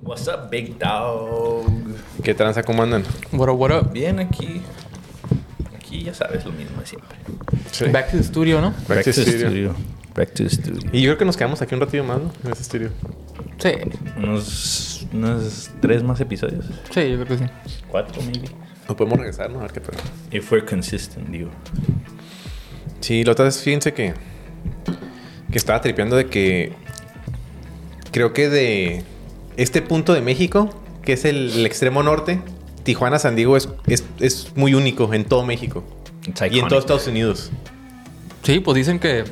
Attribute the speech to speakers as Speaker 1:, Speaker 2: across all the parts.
Speaker 1: What's up, big dog?
Speaker 2: ¿Qué tranza? ¿Cómo andan?
Speaker 3: What up, what up?
Speaker 1: Bien aquí. Aquí ya sabes lo mismo de siempre.
Speaker 3: Back to the studio, ¿no?
Speaker 2: Back to studio.
Speaker 1: Back to studio.
Speaker 2: Y yo creo que nos quedamos aquí un ratillo más, ¿no? En este estudio.
Speaker 3: Sí,
Speaker 1: Unos, unos tres más episodios.
Speaker 3: sí, yo creo que sí.
Speaker 1: Cuatro, maybe.
Speaker 2: Nos podemos regresar, ¿no? A ver qué pedo.
Speaker 1: If we're consistent, digo.
Speaker 2: Sí, la otra vez fíjense que... Que estaba tripeando de que... Creo que de... Este punto de México, que es el, el extremo norte, Tijuana, San Diego es, es, es muy único en todo México.
Speaker 1: It's
Speaker 2: Y en
Speaker 1: iconic.
Speaker 2: todo Estados Unidos.
Speaker 3: Sí, pues dicen que,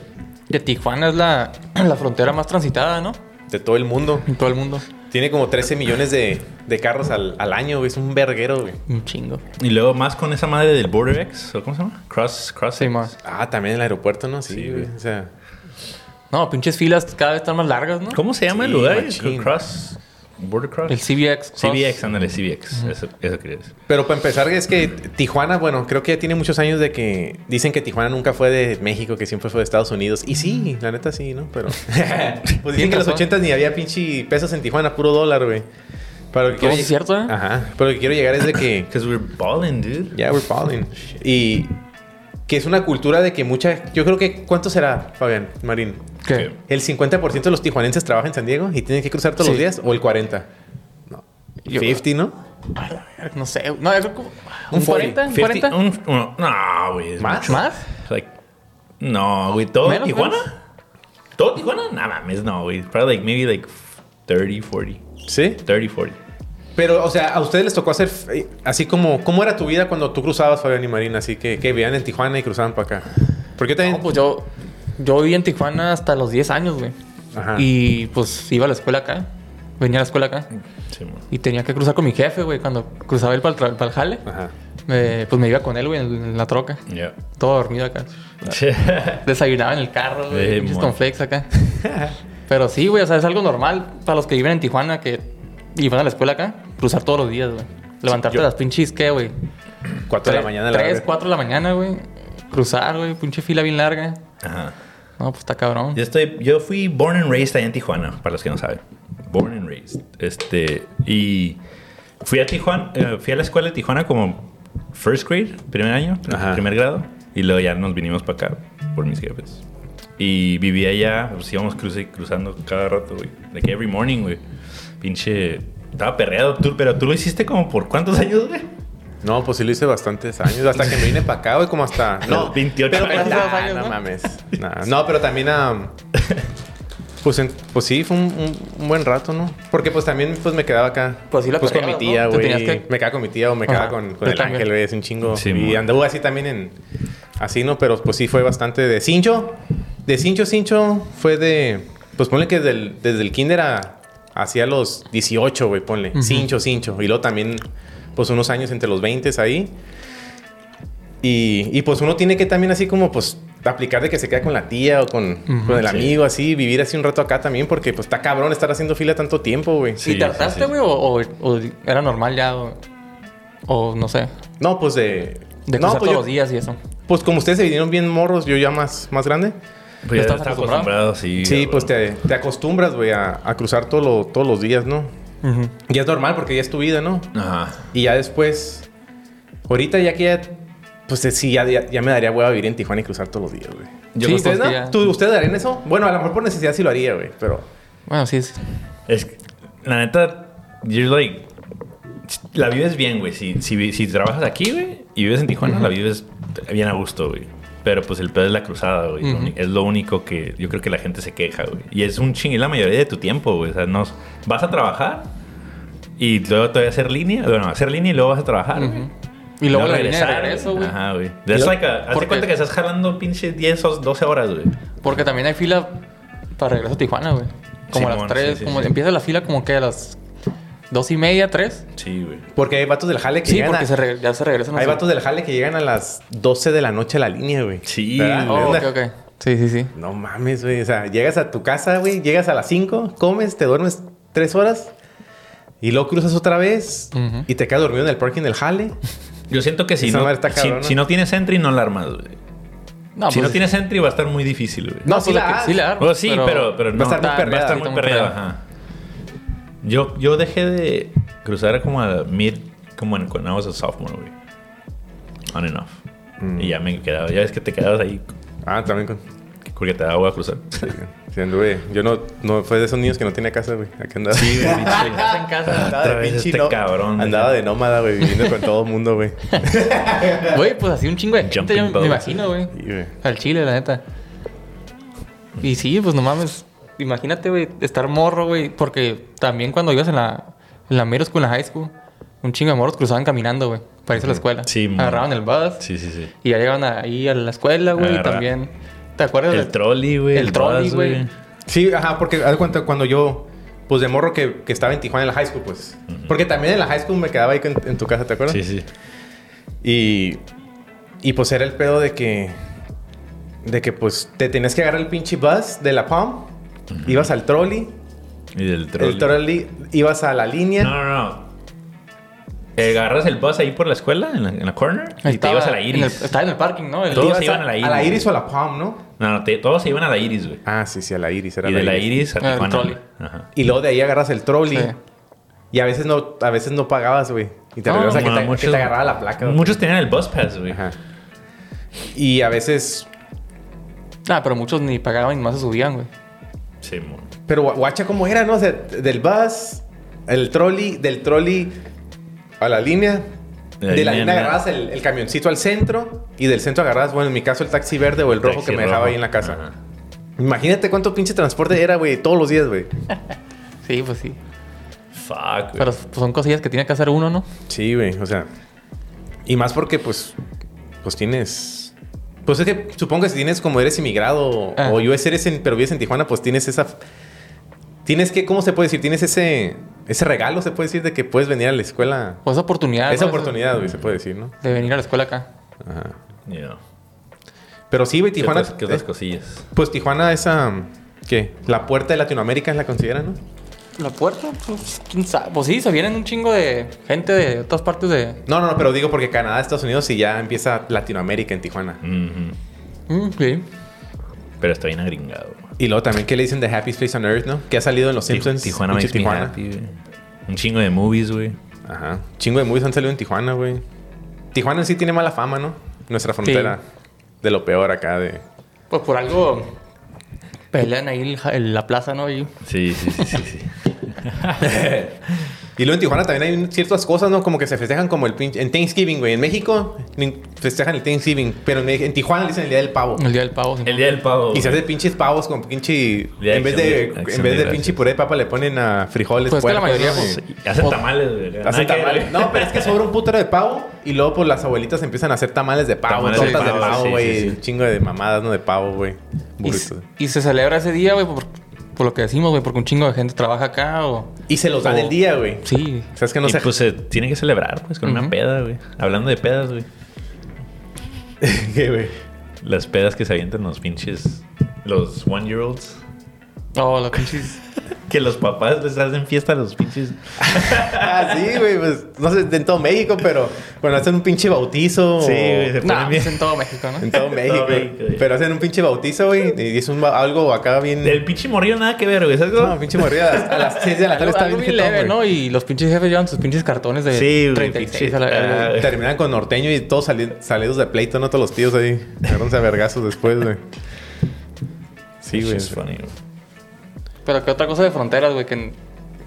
Speaker 3: que Tijuana es la, la frontera más transitada, ¿no?
Speaker 2: De todo el mundo.
Speaker 3: En todo el mundo.
Speaker 2: Tiene como 13 millones de, de carros al, al año, güey. Es un verguero, güey.
Speaker 3: Un chingo.
Speaker 1: Y luego más con esa madre del Border X, ¿o cómo se llama? Cross, Cross
Speaker 3: Sí,
Speaker 1: X.
Speaker 3: más.
Speaker 2: Ah, también el aeropuerto, ¿no? Sí,
Speaker 1: Sí,
Speaker 2: güey.
Speaker 1: güey.
Speaker 2: O sea...
Speaker 3: No, pinches filas cada vez están más largas, ¿no?
Speaker 1: ¿Cómo se llama el
Speaker 2: Sí,
Speaker 1: lugar?
Speaker 2: machín.
Speaker 1: Cross, Border Cross.
Speaker 3: El CBX. Cross.
Speaker 1: CBX, ándale, CBX. Eso, eso quería decir.
Speaker 2: Pero para empezar, es que Tijuana, bueno, creo que ya tiene muchos años de que dicen que Tijuana nunca fue de México, que siempre fue de Estados Unidos. Y sí, la neta sí, ¿no? Pero. pues dicen que en los
Speaker 3: Mm. razón.
Speaker 2: 80 ni había pinche pesos en Tijuana, puro dólar, güey. Pero lo que
Speaker 3: No, sí es cierto, ¿eh?
Speaker 2: Ajá. Pero lo que quiero llegar es de que.
Speaker 1: Because we're balling, dude.
Speaker 2: Yeah, we're falling. Y que es una cultura de que mucha. Yo creo que. ¿Cuánto será, Fabián, Marín?
Speaker 3: Oh, ¿Qué?
Speaker 2: ¿El 50% de los tijuanenses trabajan en San Diego y tienen que cruzar todos los
Speaker 3: Sí.
Speaker 2: días? ¿O el 40? No.
Speaker 3: Yo-
Speaker 2: 50, ¿no?
Speaker 3: No sé. No, yo creo que... ¿Un,
Speaker 2: Un 40,
Speaker 3: 40? ¿Un 40?
Speaker 1: Un- un- no, güey. es
Speaker 2: ¿Más?
Speaker 1: mucho.
Speaker 3: ¿Más?
Speaker 1: Like, no, güey. ¿Todo
Speaker 3: Menos,
Speaker 1: Tijuana?
Speaker 3: menos.
Speaker 1: ¿Todo Tijuana? Nada mames, no, güey. Probably like, maybe like 30, 40.
Speaker 2: Sí.
Speaker 1: 30, 40.
Speaker 2: Pero, o sea, a ustedes les tocó hacer eh, así como, ¿cómo era tu vida cuando tú cruzabas, Fabián y Marina? Así que, que vivían en Tijuana y cruzaban para acá. Porque yo también.
Speaker 3: No, pues yo, yo viví en Tijuana hasta los 10 años, güey.
Speaker 2: Ajá.
Speaker 3: Y pues iba a la escuela acá. Venía a la escuela acá.
Speaker 1: Sí, mo.
Speaker 3: Y tenía que cruzar con mi jefe, güey. Cuando cruzaba él para el, tra- para el jale,
Speaker 2: Ajá.
Speaker 3: eh, pues me iba con él, güey, en, en la troca.
Speaker 1: Yeah.
Speaker 3: Todo dormido acá. Desayunaba en el carro,
Speaker 1: Eh,
Speaker 3: güey. pinches
Speaker 1: mon.
Speaker 3: cornflakes acá. Pero sí, güey, o sea, es algo normal para los que viven en Tijuana que iban a la escuela acá, cruzar todos los días, güey. Levantarte
Speaker 2: yo-
Speaker 3: a las pinches, ¿qué, güey?
Speaker 2: Cuatro de la
Speaker 3: Tre-
Speaker 2: mañana. la
Speaker 3: Tres,
Speaker 2: verga.
Speaker 3: cuatro de la mañana, güey. Cruzar, güey, pinche fila bien larga.
Speaker 1: Ajá.
Speaker 3: No, pues está cabrón.
Speaker 1: Yo, estoy, yo fui born and raised allá en Tijuana, para los que no saben. Born and raised. Este, y fui a Tijuana, eh, fui a la escuela de Tijuana como first grade, primer año, pr-
Speaker 2: Ajá.
Speaker 1: primer grado. Y luego ya nos vinimos para acá por mis jefes. Y vivía allá, pues íbamos cruce- cruzando cada rato, güey. Like every morning, güey. Pinche. Estaba perreado, tú, pero tú lo hiciste como por cuántos años, güey.
Speaker 2: No, pues sí lo hice bastantes años. Hasta que me vine para acá, güey, como hasta. No,
Speaker 1: 28
Speaker 2: pero,
Speaker 1: años.
Speaker 2: nah,
Speaker 3: años, Ah,
Speaker 2: no
Speaker 3: ¿no?
Speaker 2: mames. Nah, No, pero también. am, pues, en- pues sí, fue un, un- un buen rato, ¿no? Porque pues también pues, me quedaba acá.
Speaker 3: Pues sí la
Speaker 2: Pues con mi
Speaker 3: perreabas,
Speaker 2: tía,
Speaker 3: ¿no? Te
Speaker 2: güey.
Speaker 3: tenías que-
Speaker 2: Me quedaba con mi tía o me quedaba
Speaker 3: Ajá.
Speaker 2: con, con
Speaker 3: Yo
Speaker 2: el
Speaker 3: también.
Speaker 2: ángel, güey. Es un chingo.
Speaker 1: Sí,
Speaker 2: y
Speaker 1: mo.
Speaker 2: anduve así también en. Así, ¿no? Pero pues sí fue bastante de cincho. De cincho, cincho fue de. Pues ponle que del- desde el kinder a. Hacia los 18, güey, ponle. Cincho, cincho. Y luego también, pues unos años entre los 20 ahí. Y, y, pues uno tiene que también así como pues aplicar de que se queda con la tía o con, con el
Speaker 1: sí.
Speaker 2: amigo, así, vivir así un rato acá también, porque pues está cabrón estar haciendo fila tanto tiempo, güey.
Speaker 1: Sí,
Speaker 3: ¿Y tardaste,
Speaker 1: sí, sí.
Speaker 3: güey? o- O, o era normal ya? O, o no sé.
Speaker 2: No, pues de...
Speaker 3: De
Speaker 2: no, pues,
Speaker 3: cruzar todos
Speaker 2: yo-
Speaker 3: los días y eso.
Speaker 2: pues como ustedes se vinieron bien morros, yo ya más, más grande.
Speaker 1: Pues
Speaker 3: ¿Ya estabas acostumbrado?
Speaker 1: sí.
Speaker 2: Sí,
Speaker 1: ya,
Speaker 2: pues
Speaker 1: güey.
Speaker 2: te, te acostumbras, güey, a, a cruzar todo lo- todos los días, ¿no? Y es normal porque ya es tu vida, ¿no?
Speaker 1: Ajá.
Speaker 2: Y ya después, ahorita ya que ya, pues eh, sí, ya, ya, ya me daría hueva vivir en Tijuana y cruzar todos los días, güey. ¿Y
Speaker 3: Yo creo
Speaker 2: ¿Ustedes
Speaker 3: que
Speaker 2: no?
Speaker 3: ya-
Speaker 2: ¿Tú- ¿Ustedes harían eso? Bueno, a lo mejor por necesidad sí lo haría, güey, pero...
Speaker 3: Bueno, sí, sí.
Speaker 1: Es que, la neta, you're like, la vives bien, güey. Si, si, vi- si trabajas aquí, güey, y vives en Tijuana, la vives bien a gusto, güey. Pero pues el pedo es la cruzada, güey. Lo uni- Es lo único que yo creo que la gente se queja, güey. Y es un ching, es la mayoría de tu tiempo, güey. O sea, no, vas a trabajar y luego te voy a hacer línea. Bueno, hacer línea y luego vas a trabajar, güey.
Speaker 3: Y luego la línea de
Speaker 1: regresar,
Speaker 3: regreso, güey.
Speaker 1: Ajá, güey.
Speaker 3: Y
Speaker 1: Es
Speaker 3: luego-
Speaker 1: like a- haz de
Speaker 3: porque-
Speaker 1: cuenta que estás jalando pinche 10 o 12 horas, güey.
Speaker 3: Porque también hay fila para regreso a Tijuana, güey. Como a
Speaker 1: Simón,
Speaker 3: las 3,
Speaker 1: sí, sí,
Speaker 3: como
Speaker 1: sí.
Speaker 3: empieza la fila como que a las 2 y media, 3.
Speaker 1: Sí, güey.
Speaker 2: Porque hay vatos del jale que
Speaker 3: Sí,
Speaker 2: llegan
Speaker 3: porque
Speaker 2: a-
Speaker 3: se re- ya se regresan. a
Speaker 2: Hay
Speaker 3: su-
Speaker 2: vatos del jale que llegan a las 12 de la noche a la línea, güey.
Speaker 1: Sí,
Speaker 2: ¿Verdad?
Speaker 1: güey.
Speaker 3: Oh,
Speaker 2: Es
Speaker 3: ok,
Speaker 2: la-
Speaker 3: ok. Sí, sí, sí.
Speaker 2: No mames, güey. O sea, llegas a tu casa, güey. Llegas a las 5, comes, te duermes 3 horas. Y luego cruzas otra vez.
Speaker 3: Ujú.
Speaker 2: Y te quedas dormido en el parking del jale.
Speaker 1: Yo siento que si
Speaker 2: Esa
Speaker 1: no,
Speaker 2: madre está
Speaker 1: si-
Speaker 2: cabrona.
Speaker 1: si, no tienes entry, no la armas, güey.
Speaker 3: No,
Speaker 1: si
Speaker 3: pues,
Speaker 1: no tienes entry, va a estar muy difícil, güey.
Speaker 2: No,
Speaker 3: pues
Speaker 2: sí
Speaker 3: de
Speaker 2: la
Speaker 3: que
Speaker 2: has.
Speaker 3: sí la armas,
Speaker 1: Bueno, sí, pero, pero, no.
Speaker 2: estar muy
Speaker 1: Va a
Speaker 2: perreada,
Speaker 1: estar
Speaker 3: sí,
Speaker 1: muy
Speaker 3: está muy
Speaker 1: perreada,
Speaker 3: perreada.
Speaker 1: ajá. Yo, yo dejé de cruzar como a mid, como en, cuando I was a sophomore, güey. On and off. Y ya me quedaba. Ya ves que te quedabas ahí
Speaker 2: Ah, también con.
Speaker 1: porque te daba a cruzar.
Speaker 2: Sí, anduve. Yo no, no fue de esos niños que no tenía casa, güey. Aquí andaba.
Speaker 1: Sí, güey.
Speaker 3: Casa en casa.
Speaker 2: andaba
Speaker 1: Otra
Speaker 2: de
Speaker 1: vez
Speaker 2: pinche
Speaker 1: este
Speaker 2: no-
Speaker 1: cabrón.
Speaker 2: Andaba de nómada, güey, viviendo con todo el mundo, güey.
Speaker 3: Güey, pues así un chingo de gente,
Speaker 1: Jumping
Speaker 3: yo me
Speaker 1: boats.
Speaker 3: imagino, güey.
Speaker 2: Sí, güey.
Speaker 3: Al chile, la neta. Y sí, pues no mames. Imagínate, güey, estar morro, güey. Porque también cuando ibas en la, en la middle school, en la high school, un chingo de morros cruzaban caminando, güey, para irse a la escuela.
Speaker 1: Sí, mo-
Speaker 3: Agarraban el bus
Speaker 1: Sí, sí, sí.
Speaker 3: y ya llegaban ahí a la escuela, güey. Y
Speaker 1: Agarra-
Speaker 3: también. ¿Te acuerdas?
Speaker 1: El
Speaker 3: de-
Speaker 1: trolley, güey.
Speaker 3: El trolley,
Speaker 1: bus,
Speaker 3: güey.
Speaker 2: Sí, ajá, porque haz de cuenta cuando yo, pues de morro que, que estaba en Tijuana en la high school, pues. Porque también en la high school me quedaba ahí con- en, tu casa, ¿te acuerdas?
Speaker 1: Sí, sí.
Speaker 2: Y, y pues era el pedo de que, de que pues te tenías que agarrar el pinche bus de la Palm, ibas al trolley,
Speaker 1: Y del trolley.
Speaker 2: el trolley, ibas a la línea.
Speaker 1: No, no, no. Eh, Agarras el bus ahí por la escuela, en la, en la corner, y te
Speaker 3: estaba
Speaker 1: ibas a la
Speaker 3: en
Speaker 1: iris.
Speaker 3: el- estaba en el parking, ¿no? El-
Speaker 1: Todos
Speaker 2: ibas
Speaker 1: se iban a la Iris.
Speaker 2: o a la Palm, ¿no?
Speaker 1: No, no, te- todos se iban a la iris, güey.
Speaker 2: Ah, sí, sí, a la Iris. Era
Speaker 1: Y de la iris a
Speaker 3: Ah, el
Speaker 1: Tijuana.
Speaker 3: trolley.
Speaker 1: Ajá.
Speaker 2: Y luego de ahí agarras el trolley.
Speaker 3: Sí.
Speaker 2: Y a veces no, a veces no pagabas, güey. Y te
Speaker 3: No,
Speaker 2: regresas a que,
Speaker 1: Bueno,
Speaker 2: te, que te agarraba la placa. güey.
Speaker 1: Muchos tenían el bus pass, güey.
Speaker 2: Ajá. Y a veces.
Speaker 3: Ah, pero muchos ni pagaban ni más se subían, güey.
Speaker 1: Sí, mo-
Speaker 2: Pero gua- guacha cómo era, ¿no? O sea, del bus, el trolley, del trolley a la línea.
Speaker 1: De
Speaker 2: de la
Speaker 1: línea,
Speaker 2: línea
Speaker 1: ¿no?
Speaker 2: agarrabas el, el camioncito al centro. Y del centro agarrabas, bueno, en mi caso el taxi verde o el rojo
Speaker 1: Taxi
Speaker 2: que me dejaba
Speaker 1: rojo.
Speaker 2: ahí en la casa.
Speaker 1: Ajá.
Speaker 2: Imagínate cuánto pinche transporte era, güey, todos los días, güey.
Speaker 3: Sí, pues sí.
Speaker 1: Fuck, güey.
Speaker 3: Pero pues, son cosillas que tiene que hacer uno, ¿no?
Speaker 2: Sí, güey, o sea. Y más porque, pues, pues tienes. Pues es que supongo que si tienes como eres inmigrado
Speaker 3: Ah.
Speaker 2: o US eres en, pero vives en Tijuana, pues tienes esa. Tienes que, ¿cómo se puede decir? Tienes ese. Ese regalo, se puede decir, de que puedes venir a la escuela.
Speaker 3: O esa
Speaker 1: Ah,
Speaker 3: oportunidad.
Speaker 2: Esa
Speaker 3: ¿no?
Speaker 2: oportunidad, güey, se puede decir, ¿no?
Speaker 3: De venir a la escuela acá.
Speaker 2: Ajá.
Speaker 1: Yeah.
Speaker 2: Pero sí, güey,
Speaker 1: ¿Qué
Speaker 2: Tijuana.
Speaker 1: otras- ¿Qué otras
Speaker 2: eh,
Speaker 1: cosillas?
Speaker 2: pues Tijuana esa. ¿Qué? La puerta de Latinoamérica la consideran, ¿no?
Speaker 3: La puerta, pues, quién sabe. Pues sí, se vienen un chingo de gente de otras partes de.
Speaker 2: No, no, no, pero digo porque Canadá, Estados Unidos y ya empieza Latinoamérica en Tijuana.
Speaker 1: Ujú.
Speaker 3: Mm, sí.
Speaker 1: Pero está bien agringado. güey.
Speaker 2: Y luego también, ¿qué le dicen The Happy Place on Earth, no? Que ha salido en Los Simpsons.
Speaker 1: Tijuana
Speaker 2: pues, Pinche
Speaker 1: makes me happy, güey. Un chingo de movies, güey.
Speaker 2: Ajá. Chingo de movies han salido en Tijuana, güey. Tijuana en sí tiene mala fama, ¿no? Nuestra frontera. De lo peor acá de...
Speaker 3: Pues por algo. Pelean ahí el ja- el- la plaza, ¿no? Y
Speaker 1: Sí, sí, sí, sí. sí.
Speaker 2: Y luego en Tijuana también hay un- ciertas cosas, ¿no? Como que se festejan como el pinche... En Thanksgiving, güey. En México ni- festejan el Thanksgiving. Pero en, Me- en Tijuana le dicen el Día del Pavo.
Speaker 3: el día del pavo.
Speaker 1: El día del pavo.
Speaker 2: Y se
Speaker 1: güey.
Speaker 2: hace pinches pavos con pinche...
Speaker 1: Día de
Speaker 2: en vez
Speaker 1: Acción
Speaker 2: de,
Speaker 1: de- Acción
Speaker 2: en vez
Speaker 1: de
Speaker 2: de
Speaker 1: Gracias.
Speaker 2: pinche puré de papa le ponen a frijoles.
Speaker 3: Pues es que la mayoría,
Speaker 2: puercos,
Speaker 3: pues,
Speaker 2: y-
Speaker 1: Y Hacen
Speaker 3: O-
Speaker 1: tamales, güey. Nada
Speaker 2: Hacen
Speaker 1: que-
Speaker 2: Oh. tamales. No, pero es que sobra un putero de pavo y luego pues las abuelitas empiezan a hacer tamales de pavo,
Speaker 1: Tamales
Speaker 3: de
Speaker 2: tortas de
Speaker 3: pavo,
Speaker 2: pavo,
Speaker 1: sí, sí,
Speaker 2: güey,
Speaker 1: sí.
Speaker 2: un chingo de mamadas no de pavo, güey.
Speaker 3: Y,
Speaker 2: Burritos.
Speaker 3: se- y se celebra ese día, güey, por, por lo que decimos, güey, porque un chingo de gente trabaja acá o.
Speaker 2: Y se los dan el día, güey.
Speaker 3: Sí.
Speaker 2: O sea, es que no
Speaker 1: Oh. y
Speaker 2: se...
Speaker 1: pues se tiene que celebrar, pues, con
Speaker 3: Ujú.
Speaker 1: una peda, güey. Hablando de pedas, güey.
Speaker 2: ¿Qué, güey?
Speaker 1: Las pedas que se avientan los pinches... Los one-year-olds.
Speaker 3: Oh, la pinches.
Speaker 1: Que los papás les hacen fiesta a los pinches...
Speaker 2: Ah, sí, güey, pues no sé, en todo México, pero bueno, hacen un pinche bautizo.
Speaker 1: Sí,
Speaker 2: o-
Speaker 1: güey, se
Speaker 3: no,
Speaker 1: ponen bien.
Speaker 3: pues en todo México, ¿no?
Speaker 2: En todo México.
Speaker 1: México, güey.
Speaker 2: pero hacen un pinche bautizo, güey, y es un, ba- algo acá bien...
Speaker 1: Del pinche morrillo nada que ver, güey. ¿Sabes cómo?
Speaker 2: No, pinche morrida, a las 6 de la tarde
Speaker 3: Algo,
Speaker 2: está
Speaker 3: algo
Speaker 2: bien
Speaker 3: bien
Speaker 2: jetón,
Speaker 3: leve,
Speaker 2: güey.
Speaker 3: ¿no? Y los pinches jefes llevan sus pinches cartones de
Speaker 1: Sí, güey,
Speaker 3: 36
Speaker 1: pinche-
Speaker 3: a la verga, güey.
Speaker 1: ah,
Speaker 2: Terminan con norteño y todos sali- salidos de pleito, ¿no? Todos los tíos ahí. Agarrándose a vergazos después, güey. Sí, güey.
Speaker 1: It's funny, güey.
Speaker 3: Pero que otra cosa de fronteras, güey, que n-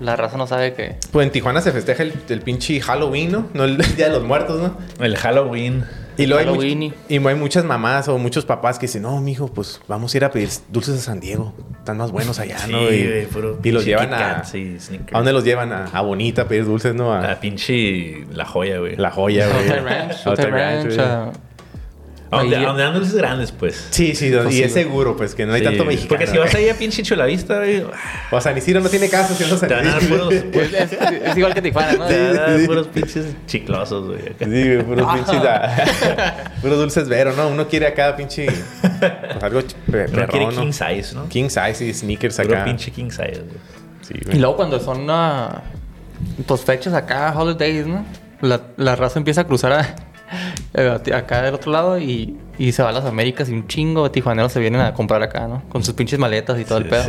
Speaker 3: la raza no sabe que.
Speaker 2: Pues en Tijuana se festeja el, el pinche Halloween, ¿no? No el Día de los Muertos, ¿no?
Speaker 1: El Halloween.
Speaker 2: Y luego hay,
Speaker 3: Halloween
Speaker 2: much- y hay muchas mamás o muchos papás que dicen, no, mijo, pues vamos a ir a pedir dulces a San Diego. Están más buenos allá,
Speaker 1: Sí,
Speaker 2: ¿no?
Speaker 1: güey,
Speaker 2: Y,
Speaker 1: puro
Speaker 2: y los
Speaker 1: pinche
Speaker 2: llevan
Speaker 1: Kit
Speaker 2: a...
Speaker 1: Kat, sí, Ah, Snickers.
Speaker 2: ¿A dónde los llevan? A, a Bonita a pedir dulces, ¿no? A
Speaker 1: La pinche... La joya, güey.
Speaker 2: La Joya,
Speaker 3: Hotel
Speaker 2: güey.
Speaker 3: Ranch,
Speaker 2: A
Speaker 3: Hotel
Speaker 2: Hotel Ranch,
Speaker 3: Ranch, ah,
Speaker 2: güey.
Speaker 3: a-
Speaker 1: A donde,
Speaker 3: Ahí-
Speaker 1: a donde dan dulces grandes, pues.
Speaker 2: Sí, sí,
Speaker 3: Pues
Speaker 2: y
Speaker 3: sí,
Speaker 2: es
Speaker 3: güey.
Speaker 2: seguro, pues, que no hay
Speaker 1: Sí,
Speaker 2: tanto
Speaker 1: güey.
Speaker 2: mexicano.
Speaker 1: Porque si vas
Speaker 2: güey.
Speaker 1: ahí a pinche Chulavista, güey...
Speaker 2: O San Isidro no tiene caso si vas a San
Speaker 1: Te van a dar
Speaker 2: Isidro.
Speaker 1: puros...
Speaker 3: Es, pues es- es igual que Tijuana, ¿no?
Speaker 1: te van a dar
Speaker 2: sí.
Speaker 1: ah, puros pinches chiclosos, güey. acá.
Speaker 2: Sí, güey, puros pinches. ah, puros dulces veros, ¿no? Uno quiere acá pinche. pues, algo ch- pe-
Speaker 1: Uno quiere
Speaker 2: perrón, ¿no?
Speaker 1: king size, ¿no?
Speaker 2: King size y sneakers
Speaker 1: Puro
Speaker 2: acá.
Speaker 1: pinche king size, güey.
Speaker 2: Sí,
Speaker 3: Y
Speaker 2: güey.
Speaker 3: luego cuando son ah, pues fechas acá, holidays, ¿no? La, la raza empieza a cruzar a- eh, acá del otro lado y Y se va a las Américas y un chingo de tijuaneros se vienen a comprar acá, ¿no? Con sus pinches maletas y todo el pedo.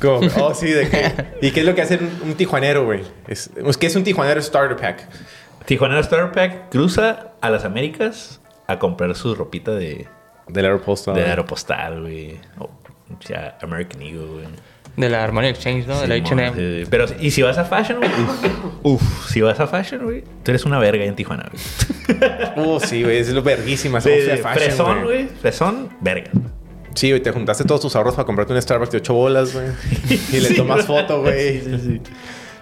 Speaker 2: Como, oh, sí, de que. ¿Y qué es lo que hace un, un tijuanero, güey? Es, es que es un tijuanero starter pack.
Speaker 1: Tijuana Star Pack cruza a las Américas a comprar su ropita de,
Speaker 2: Del aeropuerto.
Speaker 1: de aeropostal, güey. O sea, American Eagle, güey.
Speaker 3: De la Harmony Exchange, ¿no? De la
Speaker 1: Simón,
Speaker 3: HM.
Speaker 1: sí, sí. Pero, y si vas a fashion, güey. Uf, uf, si vas a fashion, güey. Tú eres una verga en Tijuana, güey.
Speaker 2: Oh, sí, güey. Es lo verguísima.
Speaker 1: De,
Speaker 2: Sofía
Speaker 1: de
Speaker 2: Fashion,
Speaker 1: fresón, güey. Fresón, verga.
Speaker 2: Sí, güey. Te juntaste todos tus ahorros para comprarte un Starbucks de 8 bolas, güey. Y le
Speaker 1: Sí,
Speaker 2: tomas
Speaker 1: güey.
Speaker 2: foto, güey.
Speaker 1: Sí, sí, sí.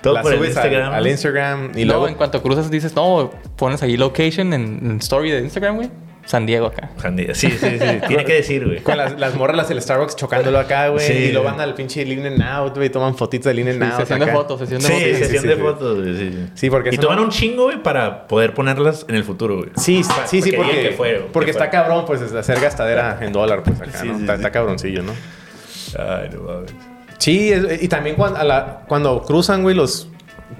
Speaker 1: Todo
Speaker 2: la
Speaker 1: por el
Speaker 2: subes al-
Speaker 1: Instagram.
Speaker 2: Al, Instagram. Y
Speaker 3: Y luego,
Speaker 2: luego.
Speaker 3: en cuanto cruzas, dices, no, pones ahí location en, en story de Instagram, güey. San Diego acá.
Speaker 1: Jandía. Sí, sí, sí. Tiene que decir, güey.
Speaker 2: Con las, las morras las del Starbucks chocándolo acá, güey.
Speaker 1: Sí.
Speaker 2: y lo van al pinche In and Out, güey. Toman fotitos del In and Out.
Speaker 3: sesión de
Speaker 2: acá.
Speaker 3: fotos, sesión de
Speaker 1: Sí,
Speaker 3: fotos.
Speaker 2: sí,
Speaker 1: sesión
Speaker 2: sí,
Speaker 1: de
Speaker 2: sí.
Speaker 1: fotos, güey. Sí, sí.
Speaker 2: Sí, porque
Speaker 1: Y
Speaker 2: eso
Speaker 1: toman
Speaker 2: no-
Speaker 1: un chingo, güey, para poder ponerlas en el futuro, güey.
Speaker 2: Sí,
Speaker 1: Pa-
Speaker 2: sí, sí,
Speaker 1: digan
Speaker 2: porque,
Speaker 1: que fue, güey,
Speaker 2: porque
Speaker 1: que
Speaker 2: está
Speaker 1: fue.
Speaker 2: cabrón, pues, es hacer gastadera en dólar, pues, acá,
Speaker 1: Sí,
Speaker 2: ¿no?
Speaker 1: sí,
Speaker 2: está,
Speaker 1: sí.
Speaker 2: está cabroncillo, ¿no?
Speaker 1: Ay, no mames.
Speaker 2: Sí, es- y también cuando, a la- cuando cruzan, güey, los,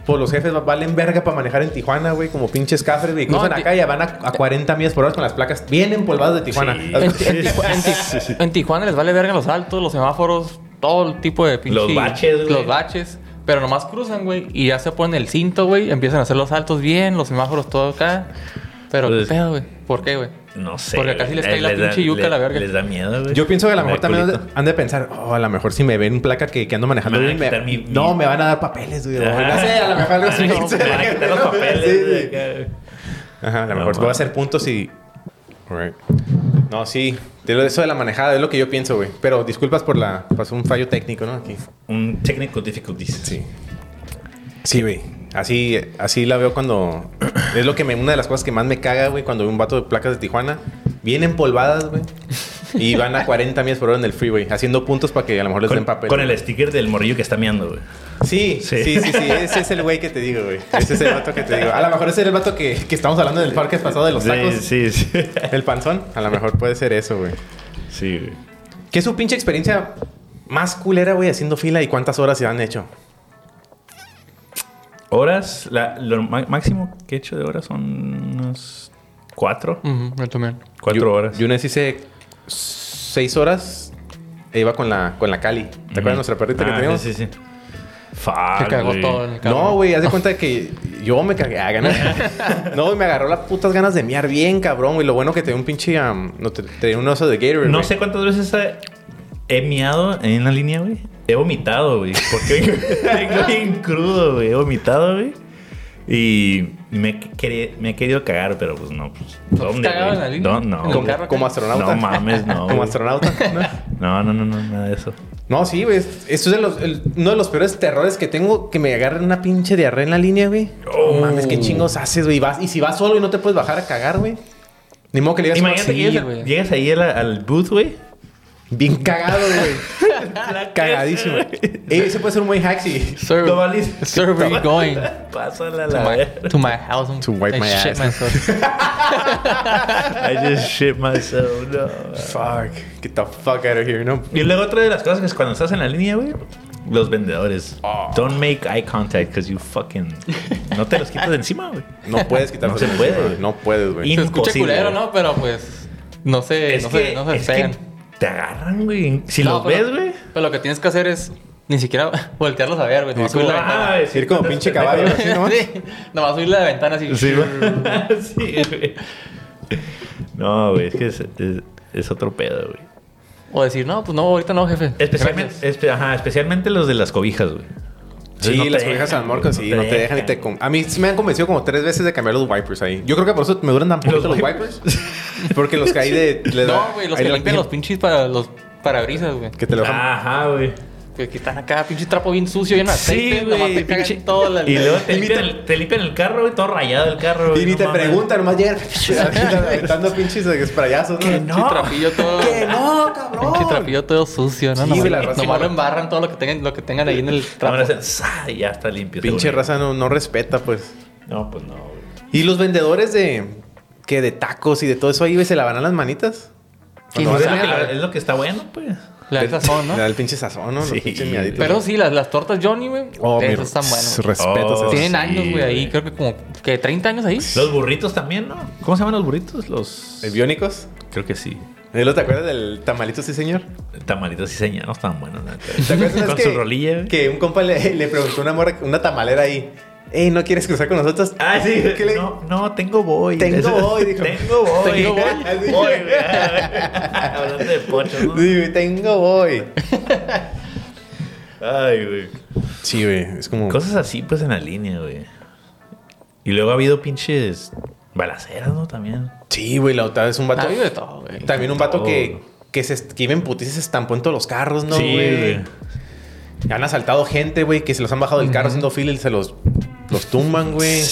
Speaker 2: pues, los jefes valen verga para manejar en Tijuana, güey, como pinches cafres, güey.
Speaker 3: No,
Speaker 2: Cruzan
Speaker 3: en Ti-
Speaker 2: acá y ya van a, a 40 millas por hora con las placas bien empolvadas de Tijuana.
Speaker 1: Ah, Sí.
Speaker 2: Las-
Speaker 3: En, Ti- en Tijuana- en Ti- en Tijuana les vale verga los altos, los semáforos, todo el tipo de pinche...
Speaker 1: Los baches, güey.
Speaker 3: Los baches. Pero nomás cruzan, güey, y ya se ponen el cinto, güey. Empiezan a hacer los saltos bien, los semáforos todo acá. Pero,
Speaker 1: Pues-
Speaker 3: ¿qué pedo, güey? ¿Por qué, güey?
Speaker 1: No sé.
Speaker 3: Porque acá sí les
Speaker 1: güey.
Speaker 3: cae la
Speaker 1: da-
Speaker 3: pinche yuca
Speaker 1: le-
Speaker 3: a la verga.
Speaker 1: Les da miedo, güey.
Speaker 2: Yo pienso que a lo
Speaker 1: Me
Speaker 2: mejor
Speaker 1: da
Speaker 2: también han
Speaker 1: culito.
Speaker 2: de, han de pensar, oh, a lo mejor si me ven placa que, que ando manejando,
Speaker 1: Me van a
Speaker 2: bien,
Speaker 1: quitar mi-
Speaker 2: no,
Speaker 1: mi-
Speaker 2: me van a dar papeles, güey.
Speaker 1: Ajá.
Speaker 2: No sé, a lo mejor algo así.
Speaker 1: Me van a quitar- me van a quitar los
Speaker 2: Sí,
Speaker 1: papeles,
Speaker 2: sí.
Speaker 1: güey, acá, güey.
Speaker 2: Ajá, a lo
Speaker 1: No,
Speaker 2: mejor
Speaker 1: ma.
Speaker 2: voy a hacer puntos y. Alright. No, sí. De lo- eso de la manejada es lo que yo pienso, güey. Pero disculpas por la. Pasó un fallo técnico, ¿no? Aquí.
Speaker 1: Un technical difficulties.
Speaker 2: Sí. Sí, güey. Así, así la veo cuando. Es lo que me, una de las cosas que más me caga, güey, cuando veo un vato de placas de Tijuana. Bien empolvadas, güey. Y van a 40 millas por hora en el freeway, haciendo puntos para que a lo mejor les
Speaker 1: Con,
Speaker 2: den pues papel.
Speaker 1: con el sticker del morrillo que está meando, güey.
Speaker 2: Sí, sí,
Speaker 1: Sí.
Speaker 2: sí, sí, Ese es el güey que te digo, güey. Ese es el vato que te digo. A lo mejor ese era el vato que, que estamos hablando del parque pasado de los tacos.
Speaker 1: Sí, sí, sí.
Speaker 2: El panzón. A lo mejor puede ser eso, güey.
Speaker 1: Sí, güey.
Speaker 2: ¿Qué es su pinche experiencia más culera, güey, haciendo fila y cuántas horas se han hecho?
Speaker 1: Horas, la- lo ma- máximo que he hecho de horas son unas cuatro.
Speaker 3: Ujú, yo también.
Speaker 1: Cuatro
Speaker 2: Yo-
Speaker 1: horas.
Speaker 2: Yo una vez hice seis horas e iba con la, con la Cali. ¿Te acuerdas de nuestra perrita que
Speaker 1: Ah,
Speaker 2: teníamos?
Speaker 1: Sí, sí, sí. Fuck,
Speaker 3: Se cagó
Speaker 1: güey.
Speaker 3: todo en el carro.
Speaker 2: No, güey, haz de cuenta que yo me cagué a ganas. No, güey, me agarró las putas ganas de miar bien, cabrón, güey. Lo bueno que te dio un pinche. um, no, te, te dio un oso de Gatorade.
Speaker 1: No
Speaker 2: güey.
Speaker 1: sé cuántas veces he, he miado en una línea, güey. He vomitado, güey. Porque vengo bien crudo, güey. He vomitado, güey. Y me, quere- me he querido cagar, pero pues no. Pues,
Speaker 3: te has
Speaker 1: ¿Dónde?
Speaker 3: cagado
Speaker 1: güey?
Speaker 3: en la línea?
Speaker 1: No, no.
Speaker 3: ¿En el
Speaker 1: güey.
Speaker 3: carro?
Speaker 2: Como, como astronauta.
Speaker 1: No mames, no.
Speaker 2: Como
Speaker 1: güey.
Speaker 2: astronauta. ¿no?
Speaker 1: No, no, no, no, nada de eso.
Speaker 2: No, sí, güey. Esto es de los- el- uno de los peores terrores que tengo que me agarren una pinche diarrea en la línea, güey.
Speaker 1: Oh.
Speaker 2: No mames, qué chingos haces, güey. Vas- Y si vas solo y no te puedes bajar a cagar, güey. Ni modo que le digas,
Speaker 1: Imagínate
Speaker 3: sí,
Speaker 1: que llegas,
Speaker 3: güey.
Speaker 1: llegas ahí a la- al booth, güey.
Speaker 2: bien cagado, güey. Cagadísimo. Ey, ese puede ser un buen hack si.
Speaker 3: Sir,
Speaker 1: No vales.
Speaker 3: sir, where you going?
Speaker 1: Pásala a
Speaker 3: To
Speaker 1: la
Speaker 3: my,
Speaker 1: verga.
Speaker 3: to my house.
Speaker 2: To wipe
Speaker 3: I
Speaker 2: my
Speaker 3: shit
Speaker 2: ass.
Speaker 3: myself.
Speaker 1: I just shit myself, no.
Speaker 2: Fuck. Get the fuck out of here, ¿no?
Speaker 1: Y luego otra de las cosas que es cuando estás en la línea, güey, los vendedores.
Speaker 3: Ah.
Speaker 1: Don't make eye contact because you fucking... No te los quitas de encima, güey.
Speaker 2: No puedes quitarte
Speaker 1: No se
Speaker 2: el-
Speaker 1: puede.
Speaker 2: güey. No puedes, güey.
Speaker 1: Y-
Speaker 3: Se escucha
Speaker 1: Imposible.
Speaker 3: culero, ¿no? Pero pues... No se, no, se, no se
Speaker 1: es que
Speaker 3: pegan.
Speaker 1: te agarran, güey. Si
Speaker 3: No,
Speaker 1: los
Speaker 3: pero-
Speaker 1: ves, güey...
Speaker 3: Pero lo que tienes que hacer es ni siquiera voltearlos a ver, güey. Nomás subir la
Speaker 1: Ah,
Speaker 3: ventana.
Speaker 1: ay,
Speaker 2: Ir como pinche caballo, así nomás.
Speaker 3: Sí, nomás subir la ventana así.
Speaker 1: Sí, güey. Sí, güey. No, güey, es que es, es- es otro pedo, güey.
Speaker 3: O decir, no, pues no, ahorita no, jefe.
Speaker 1: Especialmente, eh, espe- ajá, especialmente los de las cobijas, güey.
Speaker 2: Sí,
Speaker 1: Entonces, no te
Speaker 2: las orejas
Speaker 1: dejan,
Speaker 2: al morco, sí,
Speaker 1: no
Speaker 2: no te dejan y te... con- A mí sí me han convencido como tres veces de cambiar los wipers ahí. Yo creo que por eso me duran tan poquito los,
Speaker 1: Los
Speaker 2: wipers. Porque los que hay de... le da-
Speaker 3: No, güey, los
Speaker 2: ahí
Speaker 3: que
Speaker 2: le-
Speaker 3: limpian los pinches para los parabrisas, güey.
Speaker 2: Que te lo dejan...
Speaker 1: Ajá, güey.
Speaker 3: Que quitan acá pinche trapo bien sucio, lleno de aceite,
Speaker 1: Sí,
Speaker 3: nomás
Speaker 1: güey.
Speaker 3: te cagan
Speaker 1: pinche-
Speaker 3: toda la...
Speaker 1: Y luego te
Speaker 2: Y ni te-
Speaker 1: limpian, el, te limpian el carro, güey, todo rayado el carro, güey.
Speaker 2: Y ni
Speaker 1: no
Speaker 2: te
Speaker 1: mames.
Speaker 2: preguntan, nomás llegan aventando pinches sprayazos.
Speaker 1: Que no.
Speaker 2: ¿no?
Speaker 3: Pinche trapillo todo...
Speaker 2: Que no, cabrón.
Speaker 3: Pinche trapillo todo sucio, ¿no?
Speaker 2: Sí,
Speaker 3: nomás
Speaker 2: güey, la raza
Speaker 3: nomás
Speaker 2: morra.
Speaker 3: lo embarran todo lo que tengan, lo que tengan ahí en el trapo.
Speaker 1: Ahora hacen, "Sa", ah, y ya está limpio.
Speaker 2: Pinche
Speaker 1: seguro.
Speaker 2: raza no, no respeta, pues.
Speaker 1: No, pues no, güey.
Speaker 2: Y los vendedores de... Que de tacos y de todo eso ahí, güey, se lavarán las manitas.
Speaker 3: ¿Quién
Speaker 2: Cuando
Speaker 1: Pues es,
Speaker 2: vas a-
Speaker 1: lo que, es lo que está bueno, pues.
Speaker 3: Le da el sazón, ¿no?
Speaker 2: Le da el pinche sazón, ¿no?
Speaker 1: Sí.
Speaker 2: Los pinches miaditos.
Speaker 3: Pero sí, las, las tortas Johnny, güey.
Speaker 2: Este, Oh, mi
Speaker 3: esas están buenas.
Speaker 2: s- respetos.
Speaker 1: Oh,
Speaker 2: esas-
Speaker 3: Tienen
Speaker 1: sí,
Speaker 3: años, güey, ahí.
Speaker 1: güey.
Speaker 3: Creo que como que 30 años ahí.
Speaker 1: Los burritos también, ¿no? ¿Cómo se llaman los burritos? Los.
Speaker 2: ¿Eh, ¿Biónicos?
Speaker 1: Creo que sí.
Speaker 2: ¿Eh, lo te acuerdas del tamalito, sí, señor?
Speaker 1: Tamalitos y señas, no estaban buenos. la neta.
Speaker 2: ¿Te acuerdas
Speaker 1: Con
Speaker 2: que,
Speaker 1: su rolilla. güey.
Speaker 2: que un compa le, le preguntó a una morra, una tamalera ahí, Ey, ¿no quieres cruzar con nosotros?
Speaker 1: Ah, sí.
Speaker 2: ¿Qué le-
Speaker 1: No, no, tengo boy.
Speaker 2: Tengo
Speaker 1: Eso-
Speaker 2: boy, dijo.
Speaker 1: Tengo boy.
Speaker 3: Tengo boy.
Speaker 1: Así- Boy, güey. Hablando de pocho, ¿no?
Speaker 2: Sí, güey, tengo boy.
Speaker 1: Ay, güey.
Speaker 2: Sí, güey, es como...
Speaker 1: Cosas así, pues, en la línea, güey. Y luego ha habido pinches balaceras, ¿no? También.
Speaker 2: Sí, güey, la otra es un
Speaker 3: Ha
Speaker 2: vato...
Speaker 3: habido de todo, güey.
Speaker 2: También un vato
Speaker 1: Todo.
Speaker 2: que, que, se, est- que iba en putis y se estampó en todos los carros, ¿no,
Speaker 1: Sí,
Speaker 2: güey?
Speaker 1: güey.
Speaker 2: Han asaltado gente, güey, que se los han bajado del carro haciendo fila y se los, los tumban, güey.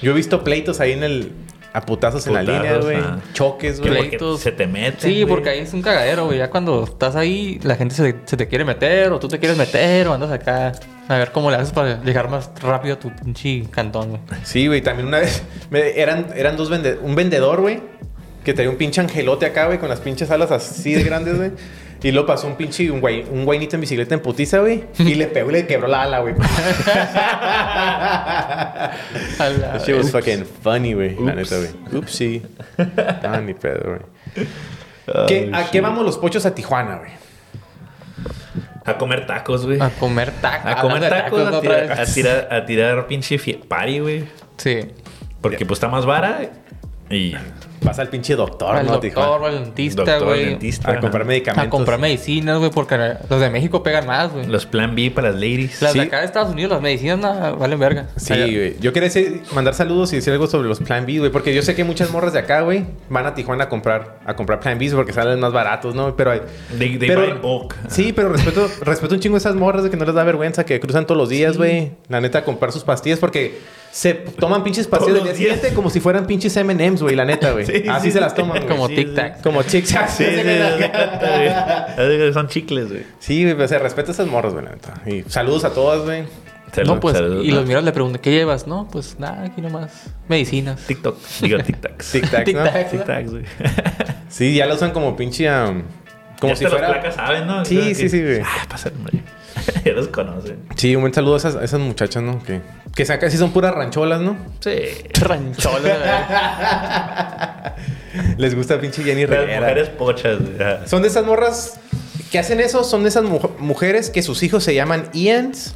Speaker 2: Yo he visto pleitos ahí en el... A putazos en la
Speaker 1: Putazos,
Speaker 2: línea, güey.
Speaker 1: ah.
Speaker 2: Choques,
Speaker 1: Que
Speaker 2: güey.
Speaker 1: porque
Speaker 3: Pleitos.
Speaker 1: se te mete.
Speaker 3: Sí, porque ahí es un cagadero, güey. Ya cuando estás ahí, la gente se, se te quiere meter, o tú te quieres meter, o andas acá. A ver cómo le haces para llegar más rápido a tu pinche cantón, güey.
Speaker 2: Sí, güey, también una vez me- eran, eran dos vende- un vendedor, güey, que traía un pinche angelote acá, güey, con las pinches alas así de grandes, güey. Y lo pasó un pinche, un güey, un güeynito en bicicleta en putiza, güey. Y le pegó y le quebró la ala, güey.
Speaker 3: A la
Speaker 2: That shit was
Speaker 3: vez.
Speaker 2: fucking funny, güey. La
Speaker 1: Oops.
Speaker 2: neta, güey. Upsi. Ah, ni pedo, güey. ¿Qué- ¿A qué vamos los pochos a Tijuana, güey?
Speaker 1: A comer tacos, güey.
Speaker 3: A
Speaker 1: A,
Speaker 3: comer tacos.
Speaker 1: comer
Speaker 3: Hablando de
Speaker 1: tacos,
Speaker 3: ¿no?
Speaker 1: a,
Speaker 3: Otra
Speaker 1: tirar, a,
Speaker 3: vez.
Speaker 1: tirar, a tirar pinche fie- party, güey.
Speaker 3: Sí.
Speaker 1: Porque pues está más vara y
Speaker 2: Vas al pinche doctor,
Speaker 3: Al
Speaker 2: ¿no,
Speaker 3: doctor,
Speaker 2: Tijuana?
Speaker 3: al dentista,
Speaker 1: doctor,
Speaker 3: güey.
Speaker 1: dentista.
Speaker 2: A comprar medicamentos.
Speaker 3: A comprar medicinas, güey, porque los de México pegan más, güey.
Speaker 1: Los plan B para las ladies.
Speaker 3: Las
Speaker 1: Sí.
Speaker 3: de acá de Estados Unidos, las medicinas, nada, valen verga.
Speaker 2: Sí,
Speaker 3: Allá-
Speaker 2: güey. Yo quería decir- mandar saludos y decir algo sobre los Plan B, güey. Porque yo sé que muchas morras de acá, güey, van a Tijuana a comprar, a comprar Plan B porque salen más baratos, ¿no? Pero hay...
Speaker 1: They- they
Speaker 2: pero-
Speaker 1: buy in bulk.
Speaker 2: Sí, pero respeto, respeto un chingo a esas morras de que no les da vergüenza, que cruzan todos los días, güey. La neta, comprar sus pastillas porque se toman pinches pastillas del
Speaker 1: Todos
Speaker 2: día
Speaker 1: los días.
Speaker 2: siguiente como si fueran pinches M&M's, güey. La neta, güey.
Speaker 1: Sí,
Speaker 2: Así
Speaker 1: sí,
Speaker 2: se las
Speaker 1: sí.
Speaker 2: toman, güey.
Speaker 3: Como
Speaker 1: Sí,
Speaker 3: Tic
Speaker 1: sí.
Speaker 3: Tac.
Speaker 2: Como chicas.
Speaker 1: Sí, sí, haz de cuenta, güey. Haz de cuenta, Son chicles, güey.
Speaker 2: Sí, güey, pero se respeta a esas morras, güey, la neta. Y saludos a todas, güey.
Speaker 1: Salud,
Speaker 3: No, pues,
Speaker 1: salud.
Speaker 3: y los miros le preguntan, ¿qué llevas? No, pues nada, aquí nomás. Medicinas.
Speaker 1: TikTok. Digo tic-tacs.
Speaker 2: Tic-tacs, ¿no?
Speaker 3: Tic-tacs.
Speaker 1: Tic-tacs, güey.
Speaker 2: Sí, ya lo usan como pinche... um, como
Speaker 1: Ya
Speaker 2: si
Speaker 1: hasta
Speaker 2: fuera...
Speaker 1: las placas saben, ¿no?
Speaker 2: Sí,
Speaker 1: Creo que-
Speaker 2: sí, sí, güey.
Speaker 1: Ah, pasaron, güey. Ya los conocen.
Speaker 2: Sí, un buen saludo a esas, a esas muchachas, ¿no? Que, que saca, sí son puras rancholas, ¿no?
Speaker 1: Sí.
Speaker 3: Ranchola, güey.
Speaker 2: Les gusta pinche Jenny
Speaker 1: Las
Speaker 2: Rivera.
Speaker 1: mujeres pochas, güey. Ah.
Speaker 2: Son de esas morras que hacen eso, son de esas mu- mujeres que sus hijos se llaman Ians,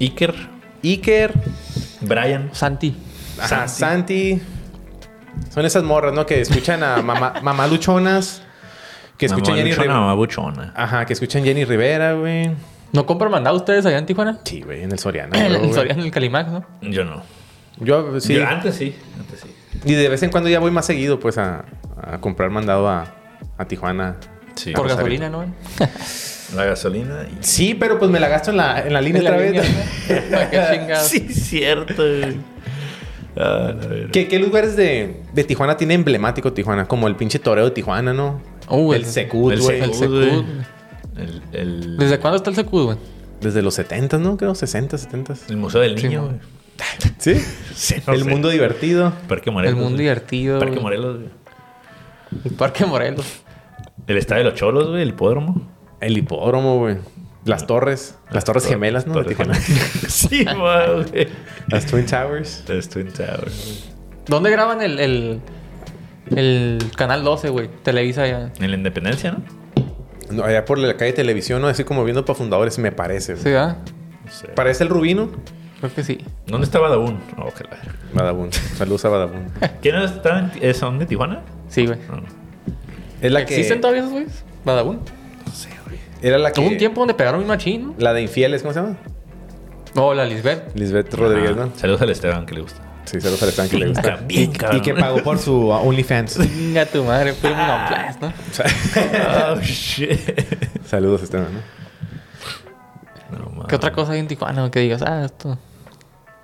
Speaker 1: Iker.
Speaker 2: Iker,
Speaker 1: Brian.
Speaker 3: Santi.
Speaker 2: ajá, Santi. Son esas morras, ¿no? Que escuchan a mamá, mamá luchonas, que escuchan
Speaker 1: Mamá
Speaker 2: Jenny
Speaker 1: luchona,
Speaker 2: Rivera.
Speaker 1: mamá buchona.
Speaker 2: Ajá, que escuchan Jenny Rivera, güey.
Speaker 3: ¿No compran mandado ustedes allá en Tijuana?
Speaker 2: Sí, güey, en el Soriano.
Speaker 3: En
Speaker 2: güey.
Speaker 3: el Soriano, en el Calimax, ¿no?
Speaker 1: Yo no.
Speaker 2: Yo sí.
Speaker 1: Yo antes sí. Antes sí.
Speaker 2: Y de vez en cuando ya voy más seguido, pues, a, a comprar mandado a, a Tijuana.
Speaker 1: Sí.
Speaker 3: Por
Speaker 2: Vamos a ver.
Speaker 3: gasolina, ¿no?
Speaker 1: La gasolina y...
Speaker 2: Sí, pero pues me la gasto en la, en la línea
Speaker 3: En la
Speaker 2: otra vez.
Speaker 3: línea, ¿no? ¿Para qué chingados?
Speaker 1: Sí, cierto, güey. Ah, la verga.
Speaker 2: ¿Qué, qué lugares de, de Tijuana tiene emblemático Tijuana? Como el pinche toreo de Tijuana, ¿no?
Speaker 3: Uh,
Speaker 2: el
Speaker 3: el-
Speaker 2: Secud,
Speaker 1: el
Speaker 2: güey.
Speaker 1: Secud.
Speaker 3: El Secud.
Speaker 1: El, el-
Speaker 3: ¿Desde cuándo está el Secud, güey?
Speaker 2: Desde los 70, ¿no? Creo, 60, 70.
Speaker 1: el Museo del
Speaker 3: Sí,
Speaker 1: Niño,
Speaker 3: güey.
Speaker 1: güey.
Speaker 2: ¿Sí?
Speaker 1: Sí, no
Speaker 2: el
Speaker 1: sé.
Speaker 2: mundo divertido.
Speaker 1: Parque Morelos.
Speaker 3: El mundo
Speaker 1: güey.
Speaker 3: divertido.
Speaker 1: Parque
Speaker 3: güey.
Speaker 1: Morelos, güey.
Speaker 3: El Parque Morelos.
Speaker 1: El Estadio de los Cholos, güey. El hipódromo.
Speaker 2: El hipódromo, güey. Las
Speaker 3: Ah,
Speaker 2: torres. Las torres
Speaker 1: Tor-
Speaker 2: gemelas, ¿no? De
Speaker 1: Torres
Speaker 2: Tijuana.
Speaker 1: gemelas. sí, wow, güey.
Speaker 2: Las Twin Towers.
Speaker 1: Los Twin Towers. güey.
Speaker 3: ¿Dónde graban el, el, el Canal 12, güey? Televisa allá.
Speaker 1: En la Independencia, ¿no?
Speaker 2: No, allá por la calle televisión, ¿no? Así como viendo para fundadores, me parece. güey.
Speaker 3: ¿Sí, ¿verdad?
Speaker 1: No sé.
Speaker 2: Parece el Rubino.
Speaker 3: Creo que sí.
Speaker 1: ¿Dónde está Badabun? Oh, qué la verga.
Speaker 2: Badabun. Saludos a Badabun.
Speaker 1: ¿Quién está en, eh, ¿Son de Tijuana?
Speaker 3: Sí, güey.
Speaker 1: No, no
Speaker 2: Es la Ah, que...
Speaker 3: ¿Existen todavía esos güeyes? Badabun.
Speaker 1: sé, güey.
Speaker 2: Era la que...
Speaker 3: Tuvo un tiempo donde pegaron un machín,
Speaker 2: La de infieles, ¿cómo se llama?
Speaker 3: ¿no? Oh, la Lisbeth.
Speaker 2: Lisbeth Rodríguez,
Speaker 1: Ah,
Speaker 2: ¿no?
Speaker 1: Saludos al Esteban, que le gusta.
Speaker 2: Sí, se lo sabe que le gusta.
Speaker 1: Bien, cabrón.
Speaker 2: Y que pagó por su uh, OnlyFans.
Speaker 3: Venga tu madre, fue un
Speaker 1: Ah.
Speaker 3: Blast, ¿no?
Speaker 1: Oh, shit.
Speaker 2: Saludos, Esteban. ¿no?
Speaker 1: No, mames.
Speaker 3: ¿Qué otra cosa hay en Tijuana güey, que digas? Ah, esto.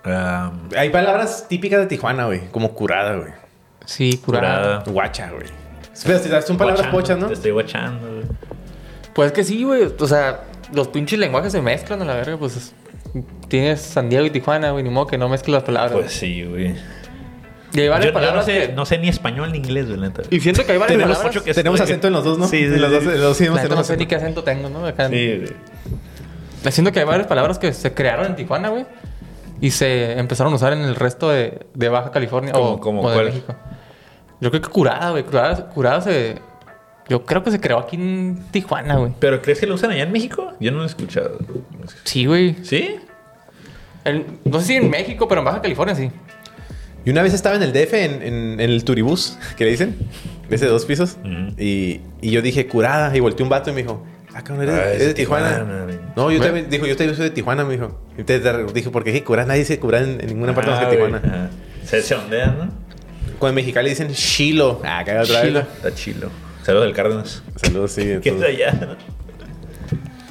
Speaker 1: Um,
Speaker 2: Hay palabras típicas de Tijuana, güey. Como curada, güey.
Speaker 3: Sí, curada.
Speaker 1: curada.
Speaker 2: Guacha, güey. Pero si son palabras
Speaker 1: Guachando, Este,
Speaker 2: pochas, ¿no?
Speaker 1: Te estoy guachando, güey.
Speaker 3: Pues que sí, güey. O sea, los pinches lenguajes se mezclan a la verga, pues. es- Tienes San Diego y Tijuana, güey, ni modo que no mezclen las palabras.
Speaker 1: Pues sí, güey.
Speaker 3: Y hay varias
Speaker 1: Pues, Yo, yo no,
Speaker 3: palabras
Speaker 1: sé,
Speaker 3: que-
Speaker 1: no sé ni español ni inglés, güey, la neta.
Speaker 3: Y siento que hay varias
Speaker 1: Tenemos
Speaker 3: palabras.
Speaker 1: ocho este que
Speaker 2: Tenemos
Speaker 1: estoy-
Speaker 2: acento en los dos, ¿no?
Speaker 1: Sí, sí,
Speaker 2: En los
Speaker 1: sí,
Speaker 2: dos,
Speaker 1: sí.
Speaker 2: en los dos idiomas
Speaker 3: La neta, no
Speaker 2: tenemos
Speaker 3: sé ni
Speaker 2: acento.
Speaker 3: qué acento tengo, ¿no? Acá-
Speaker 1: Sí, güey.
Speaker 3: La Siento que hay varias palabras que se crearon en Tijuana, güey. Y se empezaron a usar en el resto de, de Baja California o,
Speaker 1: ¿Cómo- cómo
Speaker 3: o de
Speaker 1: cuál?
Speaker 3: México. Yo creo que curada, güey. Curada, curada se... Yo creo que se creó aquí en Tijuana, güey.
Speaker 1: ¿Pero crees que lo usan allá en México? Yo no lo he escuchado.
Speaker 3: Sí, güey.
Speaker 1: ¿Sí?
Speaker 3: El- No sé si en México, pero en Baja California sí.
Speaker 2: Y una vez estaba en el DF, en, en- en el turibús, que le dicen, de ese de dos pisos.
Speaker 1: Ujú.
Speaker 2: y, y yo dije, curada. Y volteé un vato y me dijo, ah, cabrón, eres,
Speaker 1: Ah, es
Speaker 2: eres de
Speaker 1: de
Speaker 2: Tijuana.
Speaker 1: Tijuana, güey.
Speaker 2: no, yo
Speaker 3: Güey.
Speaker 2: también, dijo, yo también soy de Tijuana, me dijo. Entonces te- dije, porque dije, curada, nadie dice curada en, en ninguna parte más que
Speaker 1: Ah, güey.
Speaker 2: Tijuana.
Speaker 1: Ajá. Se, se ondean, ¿no?
Speaker 2: Cuando en Mexicali dicen chilo. Ah, caga otra vez.
Speaker 3: Chilo.
Speaker 1: Está chilo. Saludos del Cárdenas.
Speaker 2: Saludos, sí.
Speaker 1: ¿Qué es
Speaker 2: entonces-
Speaker 1: allá? no?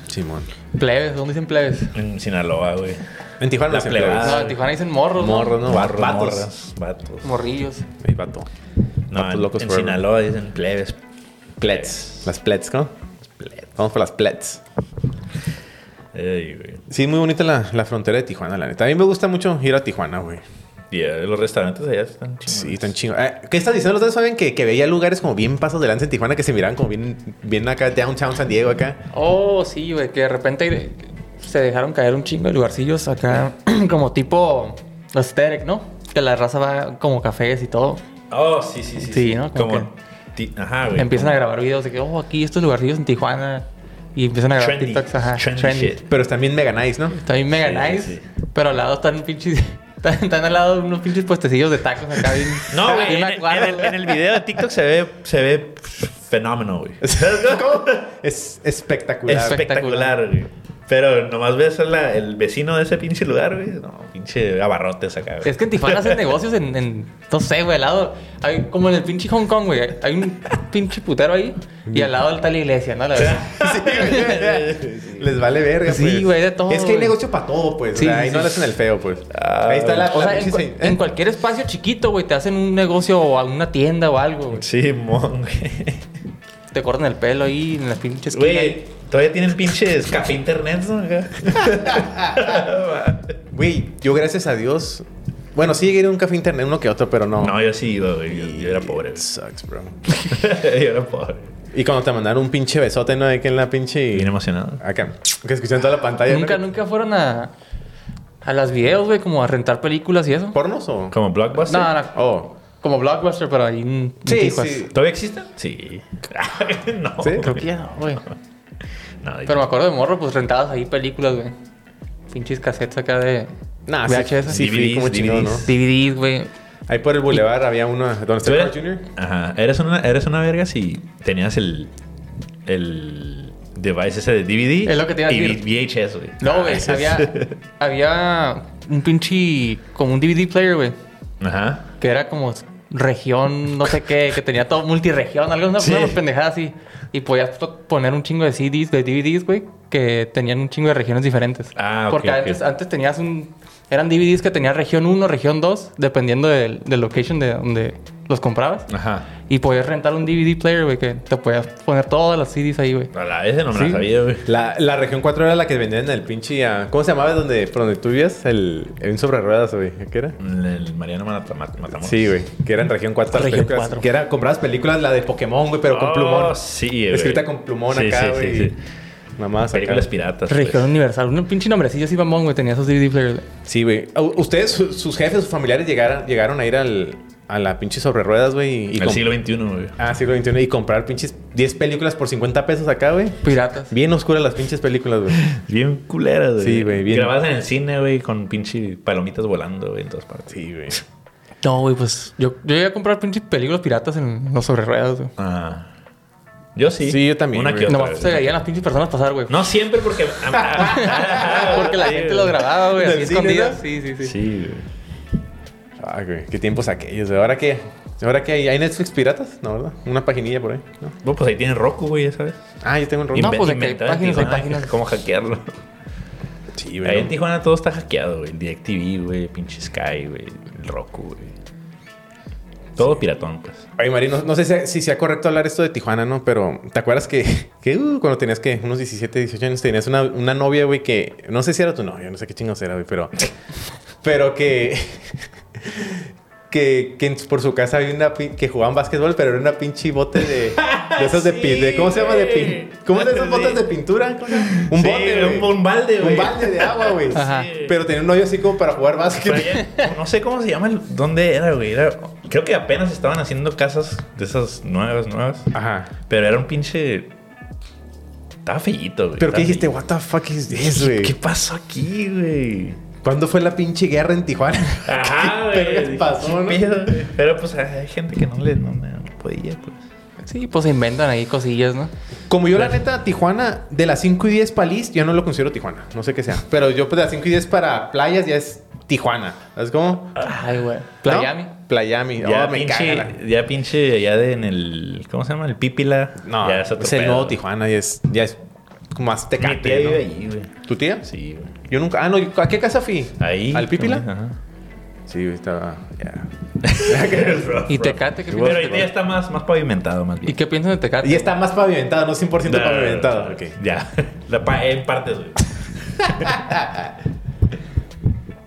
Speaker 2: Simón.
Speaker 3: Plebes, ¿dónde dicen plebes?
Speaker 1: En Sinaloa, güey.
Speaker 2: En Tijuana
Speaker 1: La
Speaker 2: no se
Speaker 1: plebada.
Speaker 2: plebes.
Speaker 3: No, en Tijuana dicen morros. ¿no?
Speaker 2: Morro, ¿no?
Speaker 1: Barro,
Speaker 2: Vatos.
Speaker 1: morras, vatos.
Speaker 3: Morrillos.
Speaker 2: Ey, vato.
Speaker 1: No,
Speaker 2: Vatos
Speaker 1: en,
Speaker 2: locos
Speaker 1: en
Speaker 2: forever.
Speaker 1: Sinaloa dicen plebes.
Speaker 2: Plets. Las plets, ¿no? Vamos por las plets.
Speaker 1: Ey, güey.
Speaker 2: Sí, muy bonita la, la frontera de Tijuana, la neta. A mí me gusta mucho ir a Tijuana, güey.
Speaker 1: Y eh, los restaurantes allá están chingados.
Speaker 2: Sí, tan chingo. Eh, ¿Qué estás diciendo? Los dos saben que, que veía lugares como bien pasos de lanza en Tijuana que se miraban como bien, bien acá, downtown San Diego acá.
Speaker 3: Oh, sí, güey, que de repente se dejaron caer un chingo de lugarcillos acá, como tipo aesthetic, ¿no? Que la raza va como cafés y todo.
Speaker 1: Oh, sí, sí, sí.
Speaker 3: Sí, ¿no? Como
Speaker 1: Como. ti- Ajá, güey.
Speaker 3: Empiezan a grabar videos de que, oh, aquí estos lugarcillos en Tijuana. Y empiezan a grabar
Speaker 1: Trendy.
Speaker 3: TikToks, ajá.
Speaker 1: Trendy shit.
Speaker 2: Pero están bien mega nice, ¿no?
Speaker 3: Está bien mega
Speaker 1: Sí,
Speaker 3: nice,
Speaker 1: sí.
Speaker 3: pero al lado están pinches. Están, están al lado unos pinches puestecillos de tacos acá bien.
Speaker 1: No, güey.
Speaker 3: bien
Speaker 1: En, el-
Speaker 3: acuados,
Speaker 1: en el-
Speaker 3: güey.
Speaker 1: en el video de TikTok se ve, se ve fenómeno, güey.
Speaker 2: Es espectacular.
Speaker 1: espectacular,
Speaker 3: Espectacular.
Speaker 1: güey. Pero nomás ves a la- el vecino de ese pinche lugar, güey. No, pinche abarrotes acá, güey.
Speaker 3: Es que en Tijuana hacen negocios en, en- no sé, güey, al lado, hay, como en el pinche Hong Kong, güey, hay un pinche putero ahí y al lado está la iglesia, ¿no? La verdad.
Speaker 2: Sí, güey. Les vale verga,
Speaker 3: Sí,
Speaker 2: pues.
Speaker 3: güey, de todo,
Speaker 2: Es que hay
Speaker 3: güey.
Speaker 2: negocio para todo, pues. O
Speaker 3: Sí,
Speaker 2: sea,
Speaker 3: sí,
Speaker 2: ahí no
Speaker 3: sí.
Speaker 2: le hacen el feo, pues.
Speaker 1: Ah,
Speaker 2: ahí está la...
Speaker 3: O
Speaker 2: la
Speaker 3: sea, en,
Speaker 2: pinche-
Speaker 3: cua-
Speaker 2: ¿eh?
Speaker 3: en cualquier espacio chiquito, güey, te hacen un negocio o a una tienda o algo, güey.
Speaker 1: Sí, mon, güey.
Speaker 3: Te cortan el pelo ahí en las pinches
Speaker 1: Güey, todavía tienen pinches café internet, ¿no? Acá.
Speaker 2: Güey, yo gracias a Dios... Bueno, sí llegué a ir a un café internet, uno que otro, pero no.
Speaker 1: No, yo sí iba, güey. Yo, yo era pobre.
Speaker 2: It
Speaker 1: güey.
Speaker 2: sucks, bro.
Speaker 1: yo era pobre.
Speaker 2: Y cuando te mandaron un pinche besote, ¿no? De que en la pinche...
Speaker 1: Bien emocionado.
Speaker 2: Acá. Que escuchan toda la pantalla. ¿no?
Speaker 3: Nunca, nunca fueron a, a las videos, güey, como a rentar películas y eso.
Speaker 2: ¿Pornos o...?
Speaker 1: ¿Como Blockbuster?
Speaker 3: No, no,
Speaker 2: Oh.
Speaker 3: como Blockbuster, pero ahí en, en
Speaker 2: Sí,
Speaker 3: Tijuas.
Speaker 2: sí.
Speaker 1: ¿Todavía existen? Sí. no.
Speaker 2: ¿Sí?
Speaker 3: Creo que ya no, güey.
Speaker 1: No,
Speaker 3: Pero me acuerdo de morro, pues rentabas ahí películas, güey. Pinches cassettes acá de
Speaker 2: Nah, sí-
Speaker 3: VHS.
Speaker 2: sí, fui
Speaker 1: DVDs,
Speaker 2: como chino, ¿no?
Speaker 1: DVDs.
Speaker 3: DVDs, güey.
Speaker 2: Ahí por el boulevard había uno donde
Speaker 1: ¿Tú
Speaker 2: está
Speaker 1: eres?
Speaker 2: Carl Jr.
Speaker 1: Ajá. Eres una, eres una verga si tenías el. El. Device ese de DVD.
Speaker 3: Es lo que te iba a
Speaker 1: y
Speaker 3: decir.
Speaker 1: VHS, güey. Ah,
Speaker 3: No, güey, había, había un pinche, como un DVD player, güey,
Speaker 1: Ajá.
Speaker 3: que era como región, no sé qué, que tenía todo multiregión, algo, una
Speaker 1: Sí.
Speaker 3: una pendejada así. Y podías to- poner un chingo de CDs, de DVDs, güey, que tenían un chingo de regiones diferentes.
Speaker 1: Ah, ok,
Speaker 3: Porque
Speaker 1: ok.
Speaker 3: antes, antes tenías un... Eran DVDs que tenían región 1, región 2, dependiendo del, del location de donde los comprabas.
Speaker 1: Ajá.
Speaker 3: Y podías rentar un DVD player, güey, que te podías poner todas las CDs ahí, güey.
Speaker 1: A la vez no me
Speaker 3: Sí.
Speaker 1: la sabía, güey.
Speaker 2: La, la región 4 era la que vendían el pinche. ah, ¿Cómo se llamaba? Donde, por donde tú vivías? El, el un sobre ruedas, güey. ¿Qué era?
Speaker 1: El Mariano Manata- Mat- Matamoros.
Speaker 2: Sí, güey. Que era en región 4. las
Speaker 3: Región
Speaker 2: películas.
Speaker 3: 4.
Speaker 2: Que era, comprabas películas, la de Pokémon, güey, pero con
Speaker 1: Oh,
Speaker 2: plumón.
Speaker 1: sí, güey.
Speaker 2: Escrita con plumón
Speaker 1: Sí,
Speaker 2: acá,
Speaker 1: sí,
Speaker 2: güey.
Speaker 1: sí, sí.
Speaker 2: Mamás acá.
Speaker 1: Películas piratas. pues.
Speaker 3: Región Universal, un pinche nombrecillo así mamón, güey, tenía esos DVD players, güey.
Speaker 2: Sí, güey. U- Ustedes, su- sus jefes, sus familiares llegaron, llegaron a ir al, a la pinche sobre ruedas, güey. y
Speaker 1: Al
Speaker 2: com-
Speaker 1: siglo XXI, güey.
Speaker 2: Ah, siglo XXI. Y comprar pinches 10 películas por 50 pesos acá, güey.
Speaker 3: Piratas.
Speaker 2: Bien oscuras las pinches películas, güey.
Speaker 1: Bien culeras, güey.
Speaker 2: Sí, güey, bien.
Speaker 1: Grabadas en el cine, güey, con pinche palomitas volando, güey, en todas partes.
Speaker 2: Sí, güey.
Speaker 3: No, güey, pues yo, yo llegué a comprar pinches películas piratas en los sobre ruedas, güey.
Speaker 1: Ah. Yo sí.
Speaker 2: Sí, yo también,
Speaker 1: Una
Speaker 2: güey.
Speaker 1: que otra,
Speaker 3: Nomás se
Speaker 1: güey.
Speaker 3: veían las pinches personas pasar, güey.
Speaker 1: No siempre porque. ah,
Speaker 3: Porque la gente
Speaker 1: lo
Speaker 3: los grababa, güey, así
Speaker 2: Del cine,
Speaker 3: escondidas.
Speaker 2: ¿no?
Speaker 3: Sí, sí, sí.
Speaker 1: ah, Sí, güey.
Speaker 2: Ah, güey. Qué tiempos aquellos. güey. ¿Ahora qué? ¿Ahora qué hay? ¿Hay Netflix piratas? No, ¿verdad? Una paginilla por ahí. ¿no?
Speaker 1: Bueno, pues ahí tienen Roku, güey, ya sabes.
Speaker 2: Ah, yo tengo un rollo.
Speaker 3: No,
Speaker 1: Inve-
Speaker 3: pues, de que
Speaker 1: inventado en
Speaker 3: páginas, hay
Speaker 1: Tijuana,
Speaker 3: páginas.
Speaker 1: ¿Cómo hackearlo?
Speaker 2: Sí,
Speaker 1: Ahí
Speaker 2: güey.
Speaker 1: en
Speaker 2: no.
Speaker 1: Tijuana todo está hackeado, güey. El DirecTV, güey, pinche Sky, güey, el Roku, güey. Todo piratón, pues.
Speaker 2: Oye, Mari, no, no sé si, si sea correcto hablar esto de Tijuana, ¿no? Pero ¿te acuerdas que, que, uh, cuando tenías que unos 17, 18 años tenías una, una novia, güey, que no sé si era tu novia, no sé qué chingados era, güey, pero. Pero que. que, que en- por su casa había una pin- que jugaban básquetbol, pero era una pinche bote de, de esos de, pin- de- ¿cómo se llama? De pin-
Speaker 1: Sí.
Speaker 2: ¿Cómo eran esas botas
Speaker 1: Sí.
Speaker 2: de pintura? ¿Cómo se llama? Un
Speaker 1: Sí,
Speaker 2: bote,
Speaker 1: un-
Speaker 2: güey.
Speaker 1: un balde, güey.
Speaker 2: Un balde de agua, güey.
Speaker 3: Ajá.
Speaker 2: Pero tenía un hoyo así como para jugar
Speaker 1: Pero
Speaker 2: básquet.
Speaker 1: ya- no sé cómo se llama, el- dónde era, güey. Era- creo que apenas estaban haciendo casas de esas nuevas, nuevas.
Speaker 2: Ajá.
Speaker 1: Pero era un pinche. Estaba feíto, güey.
Speaker 2: Pero
Speaker 1: Estaba
Speaker 2: ¿qué dijiste?
Speaker 1: feíto.
Speaker 2: What the fuck is this, güey?
Speaker 1: ¿Qué pasó aquí, güey?
Speaker 2: ¿Cuándo fue la pinche guerra en Tijuana?
Speaker 1: Ajá,
Speaker 2: ¿Qué
Speaker 1: güey.
Speaker 2: vergas
Speaker 1: Dije,
Speaker 2: pasó, no?
Speaker 1: "¿Qué pedo?" Pero pues hay gente que no le no, no podía, pues.
Speaker 3: Sí, pues se inventan ahí cosillas, ¿no?
Speaker 2: Como yo, la neta, Tijuana, de las 5 y 10 para Liz, yo no lo considero Tijuana. No sé qué sea. Pero yo, pues, de las 5 y 10 para playas ya es Tijuana. ¿Sabes cómo?
Speaker 3: Ay, güey. Playami.
Speaker 2: ¿No? Playami.
Speaker 1: Ya
Speaker 2: oh, me
Speaker 1: pinche,
Speaker 2: caga la-
Speaker 1: ya pinche allá de en el. ¿Cómo se llama? El Pípila.
Speaker 2: No,
Speaker 1: ya
Speaker 2: es,
Speaker 1: otro
Speaker 2: el
Speaker 1: pedo.
Speaker 2: nuevo Tijuana y es, ya es como más
Speaker 1: Mi tía vive
Speaker 2: tecate,
Speaker 1: allí, güey.
Speaker 2: ¿no? ¿Tu tía?
Speaker 1: Sí, güey.
Speaker 2: Yo nunca... Ah, no. ¿A qué casa fui?
Speaker 1: Ahí.
Speaker 2: ¿Al Pípila?
Speaker 1: también, Ajá.
Speaker 2: Sí, estaba... ya.
Speaker 3: Y Tecate, ¿qué
Speaker 1: Pero
Speaker 3: piensas de
Speaker 1: ahorita ya
Speaker 3: Tecate?
Speaker 1: está más, más pavimentado, más bien.
Speaker 3: ¿Y qué piensan de Tecate?
Speaker 2: Y está más pavimentado, no 100%
Speaker 1: No, no, no, no,
Speaker 2: pavimentado.
Speaker 1: no, Ya. La pa- en partes, güey.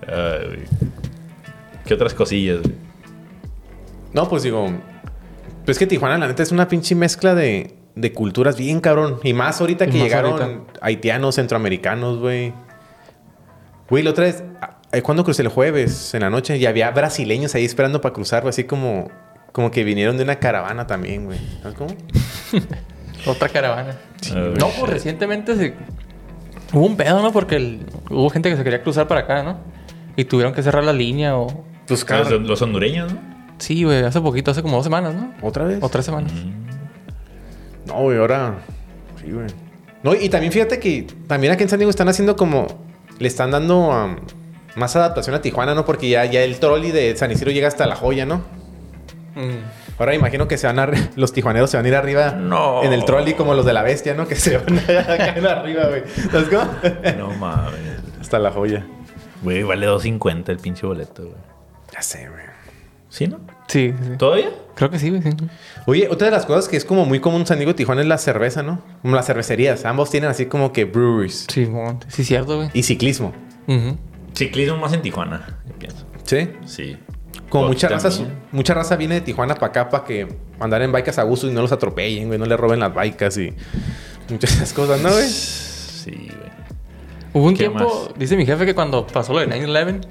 Speaker 1: Ay, güey. ¿Qué otras cosillas, güey?
Speaker 2: No, pues digo... Pues que Tijuana, la neta, es una pinche mezcla de, de culturas bien cabrón. Y más ahorita
Speaker 3: Y
Speaker 2: que
Speaker 3: más
Speaker 2: llegaron
Speaker 3: ahorita.
Speaker 2: haitianos, centroamericanos, güey. Güey, la otra vez... ah, ¿Cuándo crucé? El jueves, en la noche. Y había brasileños ahí esperando para cruzar, güey. Así como... Como que vinieron de una caravana también, güey. ¿Sabes cómo?
Speaker 3: Otra caravana.
Speaker 1: Ah,
Speaker 3: No,
Speaker 1: güey.
Speaker 3: pues recientemente se... hubo un pedo, ¿no? Porque el- hubo gente que se quería cruzar para acá, ¿no? Y tuvieron que cerrar la línea o...
Speaker 2: Pues
Speaker 1: Los,
Speaker 2: cabrón.
Speaker 1: los hondureños, ¿no?
Speaker 3: Sí, güey, hace poquito, hace como dos semanas, ¿no?
Speaker 2: ¿Otra vez?
Speaker 3: O tres semanas.
Speaker 2: No, güey, ahora. Sí, güey. No, y también fíjate que también aquí en San Diego están haciendo como. Le están dando am, más adaptación a Tijuana, ¿no? Porque ya, ya el trolley de San Isidro llega hasta la joya, ¿no? Ahora imagino que se van a, arri- los tijuaneros se van a ir arriba
Speaker 1: No.
Speaker 2: en el trolley como los de la bestia, ¿no? Que se van a caer arriba, güey. ¿Sabes cómo?
Speaker 1: No mames.
Speaker 2: hasta la joya.
Speaker 1: Güey, vale 2.50 el pinche boleto, güey.
Speaker 2: Ya sé, güey.
Speaker 1: ¿Sí, no?
Speaker 3: Sí,
Speaker 2: ¿Eh?
Speaker 3: sí.
Speaker 1: ¿Todavía?
Speaker 3: Creo que sí, güey, sí.
Speaker 2: Oye, otra de las cosas que es como muy común en San Diego y Tijuana es la cerveza, ¿no? Como las cervecerías. Ambos tienen así como que breweries
Speaker 3: Sí, mon- sí, cierto, güey.
Speaker 2: y ciclismo.
Speaker 3: Ujú.
Speaker 1: Ciclismo más en Tijuana, yo pienso.
Speaker 2: Sí.
Speaker 1: Sí.
Speaker 2: Como
Speaker 1: Pues,
Speaker 2: mucha raza,
Speaker 1: también.
Speaker 2: mucha raza viene de Tijuana para acá para que andar en bikes a gusto y no los atropellen, güey, no le roben las bikes y muchas de esas cosas, ¿no, güey?
Speaker 1: Sí, güey.
Speaker 3: Hubo un
Speaker 1: ¿Qué
Speaker 3: tiempo,
Speaker 1: más?
Speaker 3: dice mi jefe que cuando pasó lo de 9-11,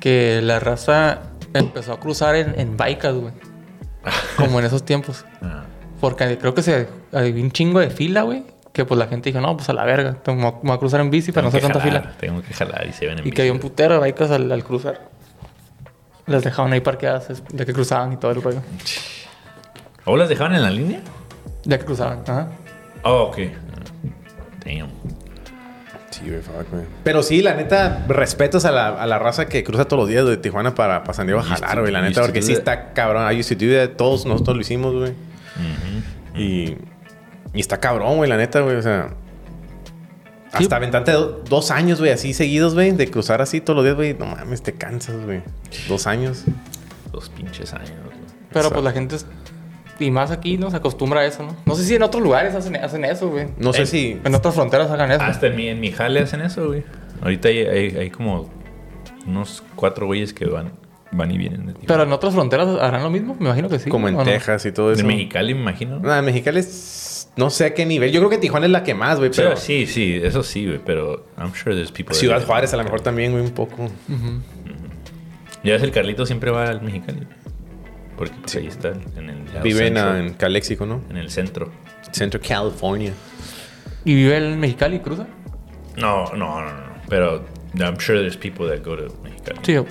Speaker 3: que la raza empezó a cruzar en, en bicas, güey. Como en esos tiempos.
Speaker 1: Ah.
Speaker 3: Porque creo que se había un chingo de fila, güey. Que pues la gente dijo, no, pues a la verga, te- me voy a- me voy a cruzar en bici para no
Speaker 1: Tengo
Speaker 3: hacer
Speaker 1: que
Speaker 3: tanta
Speaker 1: jalar,
Speaker 3: fila.
Speaker 1: Tengo que jalar y se ven en
Speaker 3: Y que había un putero de bicas al, al cruzar. Las dejaban ahí parqueadas es- ya que cruzaban y todo el rollo.
Speaker 1: ¿O las dejaban en la línea?
Speaker 3: Ya que cruzaban, ajá.
Speaker 1: Oh, ok. Ah, Damn.
Speaker 2: Sí, güey, fuck, güey. Pero sí, la neta, respetos a la, a la raza que cruza todos los días de Tijuana para, para San Diego a
Speaker 1: Used to-
Speaker 2: jalar, güey, la
Speaker 1: used to
Speaker 2: neta, porque
Speaker 1: do
Speaker 2: sí
Speaker 1: that.
Speaker 2: está cabrón. I used to do that. Todos nosotros lo hicimos, güey. y, y está cabrón, güey, la neta, güey, o sea...
Speaker 3: Sí.
Speaker 2: Hasta aventante do- dos años, güey, así seguidos, güey, de cruzar así todos los días, güey. No mames, te cansas, güey. Dos años.
Speaker 1: Los pinches años, güey.
Speaker 3: Pero
Speaker 2: Exacto.
Speaker 3: pues la gente, es- y más aquí, ¿no? Se acostumbra a eso, ¿no? No sé si en otros lugares hacen, hacen eso, güey.
Speaker 2: No sé
Speaker 1: Eh,
Speaker 2: si...
Speaker 3: En otras fronteras hagan eso.
Speaker 1: Ah, Hasta en mi, en mi jale hacen eso, güey. Ahorita hay, hay- hay como unos cuatro güeyes que van, van y vienen de Tijuana.
Speaker 3: Pero en otras fronteras harán lo mismo, me imagino que sí.
Speaker 2: como en
Speaker 3: ¿o no?
Speaker 2: Texas y todo eso.
Speaker 1: de Mexicali, me imagino.
Speaker 2: Nah, Mexicali es- no sé a qué nivel. Yo creo que Tijuana es la que más, güey,
Speaker 1: O sea,
Speaker 2: pero
Speaker 1: sí, sí, eso sí, güey. Pero I'm sure there's people. that
Speaker 2: Ciudad
Speaker 1: live-
Speaker 2: Juárez a lo mejor también, güey, un poco.
Speaker 1: Ya ves, el Carlito siempre va al Mexicali. Porque pues, ahí está, en el.
Speaker 2: Viven
Speaker 1: pues, centro,
Speaker 2: ah, en Caléxico, ¿no?
Speaker 1: en el centro.
Speaker 2: Centro California.
Speaker 3: Y vive en Mexicali y cruza.
Speaker 1: No, no, no, no. Pero I'm sure there's people that go to Mexicali.
Speaker 3: Sí, yo-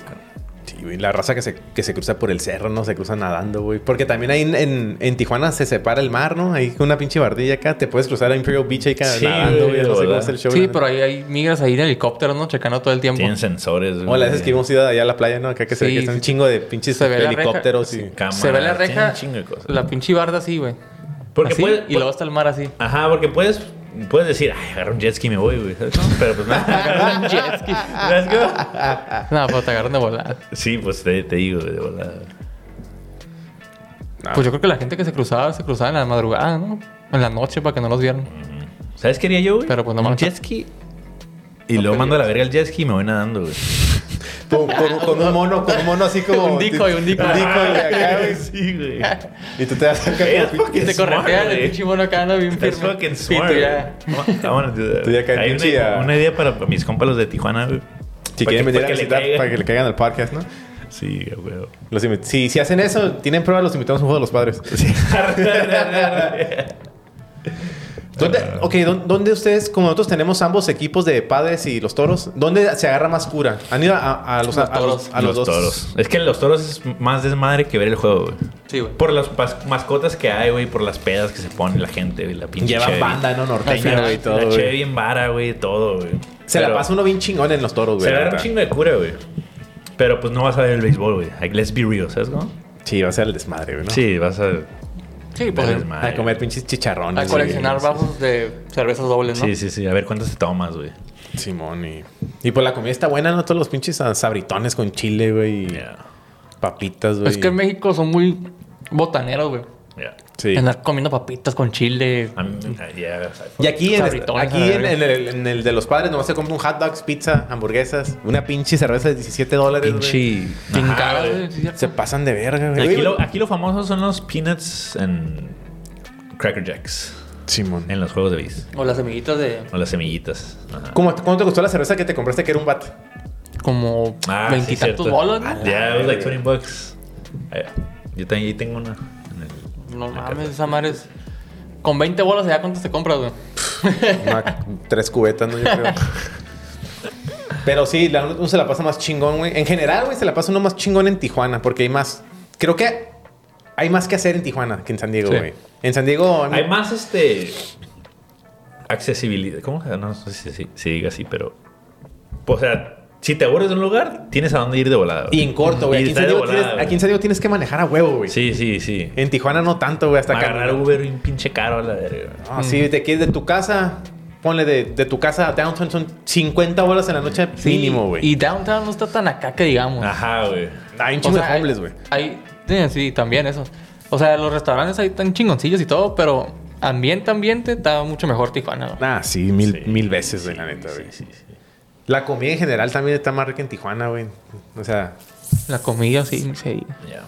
Speaker 2: Sí, güey, la raza que se, que se cruza por el cerro, no se cruza nadando, güey. Porque también ahí en, en- en Tijuana se separa el mar, ¿no? Ahí con una pinche bardilla acá te puedes cruzar a Imperial Beach ahí acá
Speaker 1: Sí,
Speaker 2: nadando, güey.
Speaker 1: güey,
Speaker 2: No sé cómo
Speaker 1: ¿verdad?
Speaker 2: es el show.
Speaker 3: sí,
Speaker 2: la
Speaker 3: pero ahí hay migras ahí de helicóptero, ¿no? Checando todo el tiempo.
Speaker 1: Tienen sensores, güey.
Speaker 2: neta. O las veces que hemos ido allá a la playa, ¿no? Acá que se ve
Speaker 3: Sí,
Speaker 2: que están un
Speaker 3: sí.
Speaker 2: chingo de pinches
Speaker 3: Se ve la reja.
Speaker 2: helicópteros y...
Speaker 1: Cámaras,
Speaker 3: Se ve la reja,
Speaker 1: tienen chingo de cosas.
Speaker 3: la pinche barda así, güey.
Speaker 1: Porque
Speaker 3: Así,
Speaker 1: puede-
Speaker 3: y luego está el mar así.
Speaker 1: Ajá, porque puedes, puedes decir, ay, agarro un jet ski y me voy, güey. ¿sabes? Pero pues nada.
Speaker 3: Un jet ski.
Speaker 1: ¿Sabes cómo?
Speaker 3: no, pues te agarran de volada.
Speaker 1: Sí, pues te, te digo, de volada.
Speaker 2: Ah.
Speaker 3: Pues yo creo que la gente que se cruzaba, se cruzaba en la madrugada, ¿no? En la noche para que no los vieran.
Speaker 1: ¿Sabes qué haría yo, güey?
Speaker 3: Pero, pues, no
Speaker 1: un
Speaker 3: mancha.
Speaker 1: jet ski. Y luego mando a la verga el jet ski y me voy nadando, güey.
Speaker 2: Con, con- con un mono, con un mono así como.
Speaker 3: Un decoy, un decoy.
Speaker 2: Un decoy acá, güey.
Speaker 1: Sí, güey.
Speaker 2: Y tú te vas acá
Speaker 1: Es
Speaker 2: como-
Speaker 1: fucking
Speaker 3: Y te
Speaker 1: smart,
Speaker 3: corretea el
Speaker 1: güey.
Speaker 3: pinche mono acá, anda bien
Speaker 1: That's
Speaker 3: firme.
Speaker 1: eh. fucking
Speaker 3: Sí, tú
Speaker 1: smart.
Speaker 3: ya.
Speaker 1: I wanna do that.
Speaker 2: Tú ya caes
Speaker 1: Hay
Speaker 2: pinche
Speaker 1: una,
Speaker 2: a-
Speaker 1: una idea para mis compas los de Tijuana, güey.
Speaker 2: Si
Speaker 1: Para
Speaker 2: quieren
Speaker 1: que-
Speaker 2: venir a
Speaker 1: para que le
Speaker 2: visitar,
Speaker 1: caiga.
Speaker 2: para que le caigan al podcast, ¿no?
Speaker 1: Sí, güey.
Speaker 2: Los invit- si, si hacen eso, tienen prueba, los invitamos a un juego de los padres. ¿Dónde, ok, ¿dó- ¿dónde ustedes, como nosotros tenemos ambos equipos de padres y los toros, ¿dónde se agarra más cura? ¿Han ido a, a los, a-
Speaker 3: Los
Speaker 2: a los-
Speaker 3: toros.
Speaker 2: a los
Speaker 1: los
Speaker 2: dos?
Speaker 1: toros. Es que los toros es más desmadre que ver el juego, güey.
Speaker 3: Sí, güey.
Speaker 1: Por las pas- mascotas que hay, güey, por las pedas que se pone la gente, güey, la pinche
Speaker 2: Llevan
Speaker 1: Chevy.
Speaker 2: banda, ¿no?
Speaker 3: Al final,
Speaker 2: Norteña, güey, y todo,
Speaker 1: la
Speaker 2: güey.
Speaker 1: cheve bien vara, güey, todo, güey.
Speaker 2: Se la
Speaker 1: Pero
Speaker 2: pasa uno bien chingón en los toros, güey.
Speaker 1: Se
Speaker 2: la
Speaker 1: agarra un
Speaker 2: neta.
Speaker 1: chingo de cura, güey. Pero pues no vas a ver el béisbol, güey. Like, let's be real, ¿sabes, no?
Speaker 2: Sí, va a ser el desmadre, güey, ¿no?
Speaker 1: Sí, vas a...
Speaker 3: Sí, pues.
Speaker 1: Dale, madre.
Speaker 2: A comer pinches chicharrones.
Speaker 3: A coleccionar
Speaker 2: güey.
Speaker 3: vasos de cervezas dobles, ¿no?
Speaker 1: Sí, sí, sí. A ver cuántas te tomas, güey.
Speaker 2: Simón y... Y pues la comida está buena, ¿no? Todos los pinches ah, sabritones con chile, güey. y
Speaker 1: Yeah.
Speaker 2: Papitas, güey.
Speaker 3: Es que en México son muy botaneros, güey.
Speaker 1: Yeah.
Speaker 2: Sí.
Speaker 3: Andar comiendo papitas con chile.
Speaker 1: I'm, uh, yeah, aside from-
Speaker 2: Y aquí, en,
Speaker 3: Sabritones, a
Speaker 2: aquí
Speaker 3: la
Speaker 2: en,
Speaker 3: verga.
Speaker 2: en el, en el de los padres nomás se compra un hot dogs, pizza, hamburguesas, una pinche cerveza de 17 dólares, güey.
Speaker 1: Pinche...
Speaker 3: Bien
Speaker 1: Ajá,
Speaker 3: cara,
Speaker 1: güey.
Speaker 3: güey. sí, cierto.
Speaker 2: Se pasan de verga, güey.
Speaker 1: Aquí lo, aquí lo famoso son los peanuts en Cracker Jacks.
Speaker 2: Simón.
Speaker 1: En los juegos de bis.
Speaker 3: O las semillitas de
Speaker 1: O las semillitas. Ajá.
Speaker 2: ¿Cómo, ¿Cuánto te costó la cerveza que te compraste que era un bat?
Speaker 3: como
Speaker 1: Ah, sí,
Speaker 3: veintitantos
Speaker 1: cierto.
Speaker 3: bolas,
Speaker 1: Ah,
Speaker 3: ¿no?
Speaker 1: Yeah, it was like 20 bucks. Ah, Yo también ahí tengo una. en el-
Speaker 3: No
Speaker 1: en la
Speaker 3: mames,
Speaker 1: casa.
Speaker 3: esa madre es... Con 20 bolas ya cuántas te compras, güey.
Speaker 2: Una- tres cubetas, ¿no? Yo creo. Pero sí, la, uno se la pasa más chingón, güey. En general, güey, se la pasa uno más chingón en Tijuana porque hay más. Creo que hay más que hacer en Tijuana que en San Diego,
Speaker 1: Sí.
Speaker 2: güey. En San Diego
Speaker 1: Hay más este. Accesibilidad. ¿Cómo? No sé si, si- si diga así, pero. O sea, si te aburres de un lugar, tienes a dónde ir de volada. güey.
Speaker 2: Y en corto, güey.
Speaker 1: Y
Speaker 2: Aquí, en
Speaker 1: está
Speaker 2: San
Speaker 1: de
Speaker 2: Diego
Speaker 1: volada,
Speaker 2: tienes-
Speaker 1: güey.
Speaker 2: aquí en San Diego tienes que manejar a huevo, güey.
Speaker 1: Sí, sí, sí.
Speaker 2: En Tijuana no tanto, güey, hasta acá.
Speaker 1: Agarrar Uber bien pinche caro a la verga.
Speaker 2: No, sí,
Speaker 3: Mm.
Speaker 2: te quieres de tu casa. Ponle de, de tu casa a downtown son 50 bolas en la noche mínimo, güey.
Speaker 3: Y downtown no está tan acá que digamos.
Speaker 1: Ajá, güey.
Speaker 2: Hay un
Speaker 3: O
Speaker 2: chingo
Speaker 3: sea,
Speaker 2: de
Speaker 3: hay-
Speaker 2: homeless, güey.
Speaker 3: Hay, sí, sí, también eso. O sea, los restaurantes ahí están chingoncillos y todo, pero ambiente, ambiente está mucho mejor Tijuana. güey.
Speaker 2: Ah, sí, mil,
Speaker 1: Sí.
Speaker 2: mil veces, güey, la
Speaker 1: Sí,
Speaker 2: neta, güey.
Speaker 1: sí, sí.
Speaker 2: La comida en general también está más rica en Tijuana, güey. O sea,
Speaker 3: La comida, sí, sí.
Speaker 1: Ya.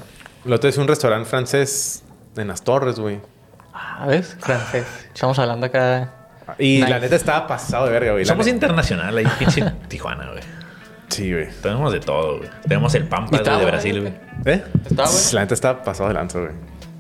Speaker 2: lo otro es un restaurante francés en las torres, güey.
Speaker 3: Ah, ¿ves? Francés. Estamos hablando acá.
Speaker 2: Y la
Speaker 3: Nice.
Speaker 2: neta estaba pasado de verga, güey. la
Speaker 1: Somos
Speaker 2: neta.
Speaker 1: internacional ahí, pinche Tijuana, güey.
Speaker 2: Sí, güey.
Speaker 1: Tenemos de todo, güey. Tenemos el Pampas
Speaker 3: Está
Speaker 1: güey, de
Speaker 3: bueno,
Speaker 1: Brasil,
Speaker 3: güey.
Speaker 1: güey.
Speaker 2: ¿Eh?
Speaker 3: Está, güey.
Speaker 2: La neta estaba pasado de lanza, güey.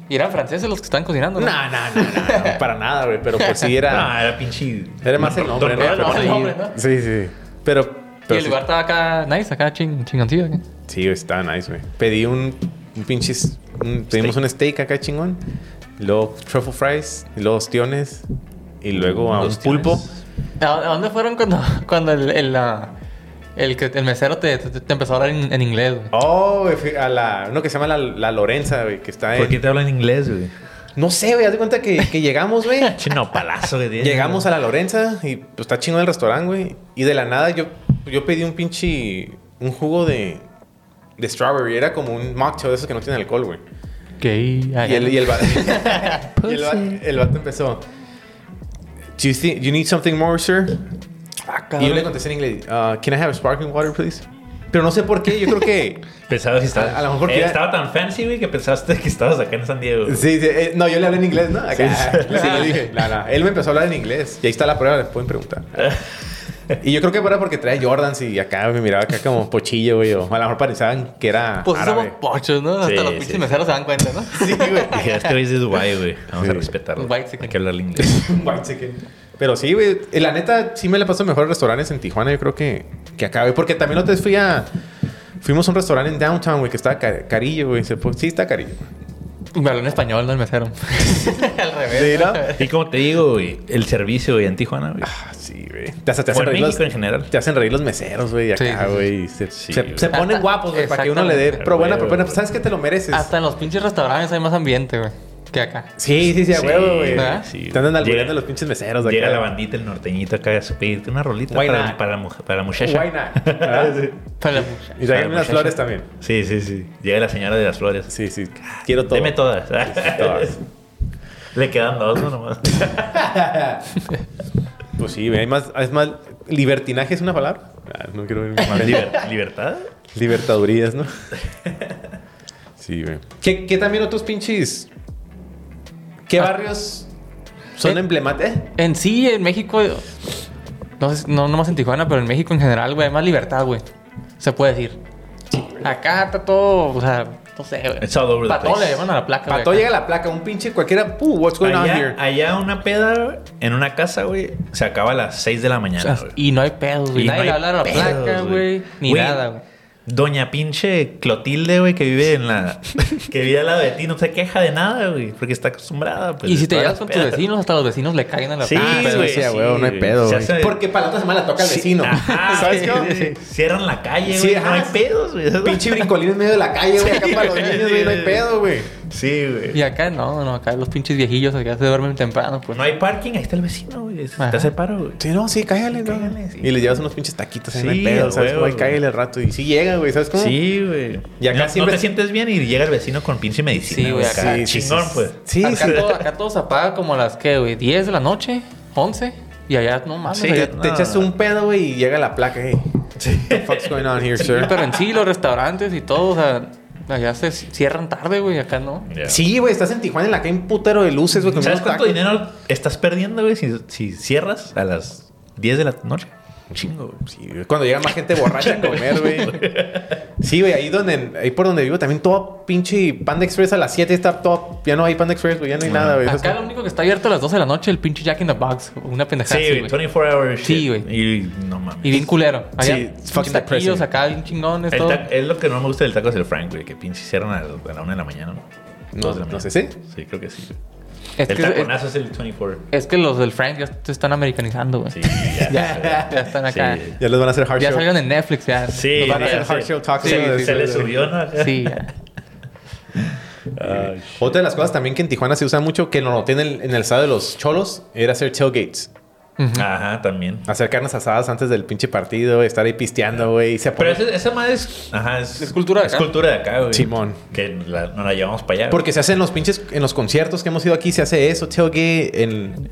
Speaker 3: Y eran franceses los que están cocinando, ¿no?
Speaker 2: No, no, no, no, no, para nada, güey. Pero pues sí era.
Speaker 1: Ah, era pinche.
Speaker 2: Era más el nombre, ¿no?
Speaker 1: Tortilla,
Speaker 3: Era más el
Speaker 1: pero-
Speaker 3: nombre, ¿no?
Speaker 2: Sí, sí. Pero.
Speaker 3: Y
Speaker 2: pero
Speaker 3: el
Speaker 2: sí,
Speaker 3: lugar estaba acá nice, acá ching, chingoncillo. acá.
Speaker 2: sí, güey, estaba nice, güey. Pedí un, un pinche. un- pedimos un steak acá chingón. Luego truffle fries. Y luego ostiones. Y luego a un
Speaker 1: Los
Speaker 2: pulpo.
Speaker 1: tienes.
Speaker 3: ¿A a dónde fueron cuando, cuando el, el, la- el, que- el mesero te, te, te empezó a hablar en, en inglés? güey?
Speaker 2: Oh, güey, fui a la. Uno que se llama la, la Lorenza, güey. Que está
Speaker 1: ¿Por qué
Speaker 2: en.
Speaker 1: te hablan en inglés, güey?
Speaker 2: No sé, güey. Haz de cuenta que, que llegamos, güey.
Speaker 1: Chino palazo, güey.
Speaker 2: Llegamos a la Lorenza y pues, está chingón el restaurante, güey. Y de la nada yo, yo pedí un pinche. un jugo de. de strawberry. Era como un mocktail de esos que no tienen alcohol, güey.
Speaker 3: Gay, ay,
Speaker 2: Y el, y el, va- y el, va-
Speaker 3: Pussy.
Speaker 2: el vato empezó. Do you, think, you need something more, sir?
Speaker 3: Ah,
Speaker 2: Y yo le
Speaker 3: cabrón.
Speaker 2: contesté en inglés. "Uh, can I have sparkling water, please? Pero no sé por qué. Yo creo que.
Speaker 1: Pensaba que estaba.
Speaker 2: A- a lo mejor
Speaker 1: Eh,
Speaker 2: que ya-
Speaker 1: Estaba tan fancy, güey, que pensaste que estabas acá en San Diego. güey.
Speaker 2: Sí, sí, eh, no, yo le hablé en inglés, ¿no? Acá,
Speaker 1: Sí,
Speaker 2: sí, le dije. No, no, Él me empezó a hablar en inglés. Y ahí está la prueba, les pueden preguntar. Y yo creo que era porque traía Jordans y acá me miraba acá como pochillo, güey. O a lo mejor pensaban que era
Speaker 3: Pues sí somos
Speaker 2: árabe.
Speaker 3: pochos, ¿no?
Speaker 1: Sí,
Speaker 3: Hasta los
Speaker 1: sí,
Speaker 3: pinches
Speaker 1: sí.
Speaker 3: meseros se dan cuenta, ¿no?
Speaker 2: Sí, güey.
Speaker 1: Dije, este güey es de Dubai, güey. Vamos a
Speaker 2: Sí.
Speaker 1: respetarlo.
Speaker 3: Dubai, sí.
Speaker 1: Hay que hablar inglés.
Speaker 2: Un white chicken. Pero sí, güey. eh, La neta, sí me la paso mejor en restaurantes en Tijuana, yo creo que, que acá, güey. Porque también otra vez fui a... Fuimos a un restaurante en Downtown, güey, que estaba ca- carillo, güey. Se fue- Sí, está carillo.
Speaker 3: Me habló en español, no el mesero. Al revés.
Speaker 2: Sí, ¿no?
Speaker 1: Y como te digo, güey, el servicio, güey, en Tijuana, güey.
Speaker 2: Ah, sí, güey. Te, hasta te
Speaker 1: O
Speaker 2: hacen
Speaker 1: en
Speaker 2: reír
Speaker 1: México
Speaker 2: los-
Speaker 1: en general.
Speaker 2: Te hacen reír los meseros, güey.
Speaker 3: Sí, sí,
Speaker 2: Acá,
Speaker 3: sí.
Speaker 2: güey. Se,
Speaker 1: Sí,
Speaker 2: se-
Speaker 1: güey.
Speaker 2: se ponen
Speaker 3: Hasta-
Speaker 2: guapos, güey, para que uno le dé.
Speaker 3: exactamente.
Speaker 2: Pero buena,
Speaker 1: Güey,
Speaker 2: pero buena.
Speaker 1: güey.
Speaker 2: ¿Sabes que te lo mereces?
Speaker 3: Hasta en los pinches restaurantes hay más ambiente, güey, que acá.
Speaker 2: Sí, sí, sí, a
Speaker 1: Sí,
Speaker 2: huevo, güey.
Speaker 3: ¿verdad?
Speaker 1: sí,
Speaker 2: Te andan
Speaker 1: güey.
Speaker 2: albureando
Speaker 1: Llega-
Speaker 2: los pinches meseros. de
Speaker 1: Llega
Speaker 2: acá.
Speaker 1: la bandita, el norteñito acá a pedirte una rolita
Speaker 2: Why
Speaker 1: para,
Speaker 2: not?
Speaker 1: para, la mujer- para la muchacha.
Speaker 2: Why not? ¿Verdad?
Speaker 3: Para la mucha.
Speaker 2: Y traen unas flores también.
Speaker 1: Sí, sí, sí. Llega la señora de las flores.
Speaker 2: Sí, sí. Quiero todo.
Speaker 1: Deme todas.
Speaker 2: Todas.
Speaker 1: Le quedan dos, ¿no? Nomás.
Speaker 2: Pues sí, güey, hay más, es más. Libertinaje es una palabra. Ah, no quiero ver
Speaker 1: Más liber- libertad.
Speaker 2: Libertadurías, ¿no? sí, güey. ¿Qué, qué también otros pinches? ¿Qué
Speaker 3: Ah.
Speaker 2: barrios son
Speaker 3: Eh.
Speaker 2: emblemáticos?
Speaker 3: En sí, en México, no, sé, no nomás en Tijuana, pero en México en general, güey, hay más libertad, güey. Se puede decir. Acá está todo, o sea, no sé, güey.
Speaker 1: It's all over the
Speaker 3: Pa' todo
Speaker 1: place.
Speaker 3: le llaman a la placa, güey,
Speaker 2: Para todo
Speaker 3: acá.
Speaker 2: llega la placa, un pinche cualquiera. Uh, what's going on
Speaker 1: Allá,
Speaker 2: here?
Speaker 1: allá una peda en una casa, güey, se acaba a las 6 de la
Speaker 2: Ah.
Speaker 1: mañana, güey.
Speaker 3: Y no hay pedos, güey.
Speaker 1: Y
Speaker 3: Nadie
Speaker 1: no
Speaker 3: le
Speaker 1: hay
Speaker 3: habla a la
Speaker 1: pedos,
Speaker 3: placa, güey. Ni
Speaker 1: Güey,
Speaker 3: nada, güey.
Speaker 1: Doña pinche Clotilde, güey, que vive en la. que vive al lado de ti, no se queja de nada, güey, porque está acostumbrada. Pues,
Speaker 3: y
Speaker 1: de
Speaker 3: si te
Speaker 1: todas
Speaker 3: llevas
Speaker 1: las
Speaker 3: con tus
Speaker 1: pedas.
Speaker 3: vecinos, hasta los vecinos le caen a la
Speaker 1: Sí,
Speaker 2: Ah,
Speaker 3: placa.
Speaker 4: pero
Speaker 1: güey.
Speaker 4: sí, a
Speaker 1: sí,
Speaker 4: huevo, no hay
Speaker 1: güey.
Speaker 4: pedo,
Speaker 1: Se
Speaker 4: güey.
Speaker 1: hace-
Speaker 2: Porque para la otra semana toca al
Speaker 1: Sí,
Speaker 2: vecino.
Speaker 1: ajá,
Speaker 2: ¿Sabes
Speaker 1: güey,
Speaker 2: qué?
Speaker 1: sí, sí. Cierran la calle,
Speaker 2: Sí,
Speaker 1: güey. no
Speaker 2: ajá.
Speaker 1: hay pedos, güey.
Speaker 2: Pinche brincolín en medio de la calle, güey. Acá para los niños, güey. No hay pedo, güey.
Speaker 1: Sí, güey.
Speaker 3: Y acá no, no, acá los pinches viejillos acá se duermen temprano, pues.
Speaker 1: No hay parking, ahí está el vecino, güey.
Speaker 3: Ajá.
Speaker 1: Te hace paro, güey.
Speaker 2: Sí, no, sí, cállale, ¿no?
Speaker 1: Cállale, sí.
Speaker 2: Y le llevas unos pinches taquitos ahí, no hay
Speaker 1: Sí,
Speaker 2: pedo,
Speaker 1: a
Speaker 2: ¿sabes?
Speaker 1: huevo,
Speaker 2: cómo? Ahí
Speaker 1: güey.
Speaker 2: cállale al rato. Y sí llega, güey, ¿sabes cómo?
Speaker 1: Sí, güey.
Speaker 2: Y acá
Speaker 1: no, no
Speaker 2: siempre-
Speaker 1: te sientes bien y llega el vecino con pinche medicina.
Speaker 3: Sí, güey,
Speaker 1: acá.
Speaker 3: acá.
Speaker 2: Sí, sí,
Speaker 1: Chingón,
Speaker 2: sí.
Speaker 1: pues.
Speaker 2: Sí,
Speaker 3: acá,
Speaker 2: sí.
Speaker 3: todo, acá todo se apaga como a las, ¿qué, güey? ¿10 de la noche? ¿11? Y allá, no mames.
Speaker 1: Sí,
Speaker 3: allá-
Speaker 2: Te, te echas un pedo, güey, y llega la placa, hey. What the fuck's going on here, sir?
Speaker 3: Pero en sí, los restaurantes y todo, o sea, allá se cierran tarde, güey, acá no.
Speaker 1: Ya.
Speaker 2: Sí, güey, estás en Tijuana en la que hay un putero de luces, güey. con
Speaker 1: ¿Sabes
Speaker 2: unos
Speaker 1: cuánto
Speaker 2: tacos.
Speaker 1: dinero estás perdiendo, güey, si, si cierras a las 10 de la noche? Un Chingo, güey.
Speaker 2: Sí, güey, cuando llega más gente borracha a comer, güey. Sí, güey, ahí donde, ahí por donde vivo también todo pinche Panda Express a las 7 está todo, ya no hay Panda Express, güey, ya no hay nada,
Speaker 1: Ah,
Speaker 2: güey.
Speaker 3: Acá lo único que está abierto a las 12 de la noche el pinche Jack in the Box, una pendejada. así,
Speaker 1: Sí, güey, 24 hours.
Speaker 3: Sí,
Speaker 1: shit.
Speaker 3: güey.
Speaker 1: Y no mames.
Speaker 3: Y bien culero. Allá,
Speaker 2: Sí,
Speaker 3: pinches
Speaker 2: fucking
Speaker 3: taquillos
Speaker 2: depressing.
Speaker 3: acá, bien chingones,
Speaker 1: El
Speaker 3: todo.
Speaker 1: ta- es lo que no me gusta del taco del Frank, güey, que pinche cierran a la, a la una de la mañana, ¿no?
Speaker 2: No,
Speaker 1: Dos de la
Speaker 2: no
Speaker 1: mañana.
Speaker 2: sé, ¿sí?
Speaker 1: Sí, creo que sí. güey.
Speaker 3: Es
Speaker 1: el
Speaker 3: que, es,
Speaker 1: taconazo es el 24.
Speaker 3: es que los del Frank ya se están americanizando, güey.
Speaker 1: Sí, ya.
Speaker 3: Ya, ya están acá.
Speaker 1: Sí.
Speaker 2: Ya les van a hacer hard
Speaker 3: Ya
Speaker 2: show.
Speaker 3: salieron en Netflix, ya.
Speaker 1: Sí,
Speaker 2: Nos van a
Speaker 1: ya
Speaker 2: hacer hard
Speaker 1: sé.
Speaker 2: shell tacos.
Speaker 1: Sí,
Speaker 2: ¿no?
Speaker 1: sí, se le
Speaker 2: Sí, sí.
Speaker 1: subió, ¿no?
Speaker 3: Sí, ya.
Speaker 1: Ay,
Speaker 2: Otra de las cosas también que en Tijuana se usa mucho, que lo noté en el, en el estado de los cholos, era hacer tailgates.
Speaker 1: Ajá, también.
Speaker 2: Hacer carnes asadas antes del pinche partido, estar ahí pisteando, güey. y se
Speaker 1: Pero
Speaker 2: pone-
Speaker 1: esa, esa madre es... Ajá, es,
Speaker 3: Es cultura de
Speaker 1: Es
Speaker 3: acá.
Speaker 1: cultura de acá, güey.
Speaker 2: Simón.
Speaker 1: Que la- nos la llevamos para allá. güey.
Speaker 2: Porque se hace en los pinches, en los conciertos que hemos ido aquí, se hace eso, tailgate, en,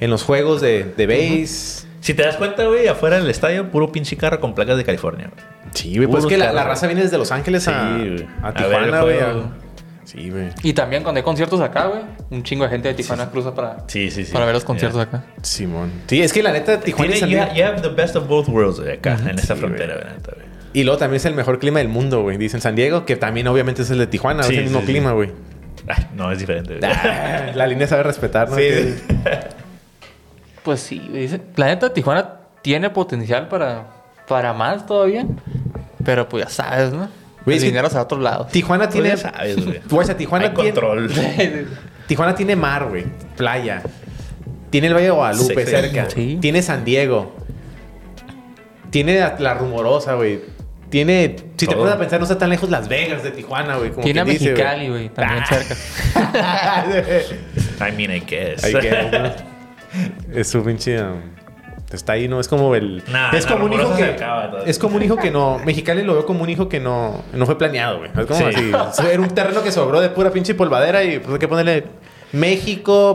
Speaker 2: en los juegos de, de base.
Speaker 1: Si te das cuenta, güey, afuera del estadio, puro pinche carro con placas de California. güey.
Speaker 2: Sí, güey. Pues es
Speaker 1: Puros
Speaker 2: que la,
Speaker 1: carros.
Speaker 2: la raza viene desde Los Ángeles a,
Speaker 1: Sí, güey.
Speaker 2: a
Speaker 1: A ver
Speaker 2: Tijuana,
Speaker 1: el
Speaker 2: güey.
Speaker 1: juego.
Speaker 2: a- Sí, güey.
Speaker 3: Y también cuando hay conciertos acá, güey, un chingo de gente de Tijuana cruza para,
Speaker 1: Sí, sí, sí.
Speaker 3: para ver los
Speaker 1: Ya.
Speaker 3: conciertos acá.
Speaker 2: Simón. Sí, es que la neta, Tijuana
Speaker 1: Tiene,
Speaker 2: es
Speaker 1: you,
Speaker 2: el...
Speaker 1: ha- you have the best of both worlds güey, acá, en esta
Speaker 2: Sí,
Speaker 1: frontera, güey, neta, güey.
Speaker 2: Y luego también es el mejor clima del mundo, güey. Dicen San Diego, que también obviamente es el de Tijuana,
Speaker 1: Sí,
Speaker 2: es el
Speaker 1: sí,
Speaker 2: mismo
Speaker 1: sí.
Speaker 2: clima, güey.
Speaker 1: Ay, no, es diferente, güey.
Speaker 2: Ah, La línea sabe respetar, ¿no?
Speaker 1: Sí,
Speaker 2: Que-
Speaker 1: sí.
Speaker 3: Pues sí, güey, dice- la neta Tijuana tiene potencial para, para más todavía, pero pues ya sabes, ¿no?
Speaker 2: Güey,
Speaker 3: el
Speaker 2: es que-
Speaker 3: dinero se va a otros lados.
Speaker 2: Tijuana
Speaker 1: Tú ya
Speaker 2: tiene.
Speaker 1: sabes, güey.
Speaker 2: Güey, o sea, Tijuana
Speaker 1: Pues, Hay
Speaker 2: tiene-
Speaker 1: control.
Speaker 2: Tijuana tiene mar, güey. Playa. Tiene el Valle de Guadalupe
Speaker 1: Sexy.
Speaker 2: cerca.
Speaker 3: Sí.
Speaker 2: Tiene San Diego. Tiene la, la rumorosa, güey. Tiene. Si te
Speaker 1: Todo.
Speaker 2: pones a pensar, no está tan lejos Las Vegas de Tijuana, güey. como
Speaker 3: Tiene a
Speaker 2: quien dice,
Speaker 3: Mexicali, güey, Ah. también cerca.
Speaker 1: I mean, I guess.
Speaker 2: Ahí queda, ¿no? Es un pinche. um, Está ahí, ¿no? Es como el.
Speaker 1: Nah,
Speaker 2: es
Speaker 1: la
Speaker 2: como un hijo
Speaker 1: rumorosa
Speaker 2: que.
Speaker 1: se acaba, entonces.
Speaker 2: es como un hijo que no. Mexicali lo veo como un hijo que no. No fue planeado, güey. Es como
Speaker 1: Sí.
Speaker 2: así. Era un terreno que sobró de pura pinche polvadera y pues hay que ponerle. México,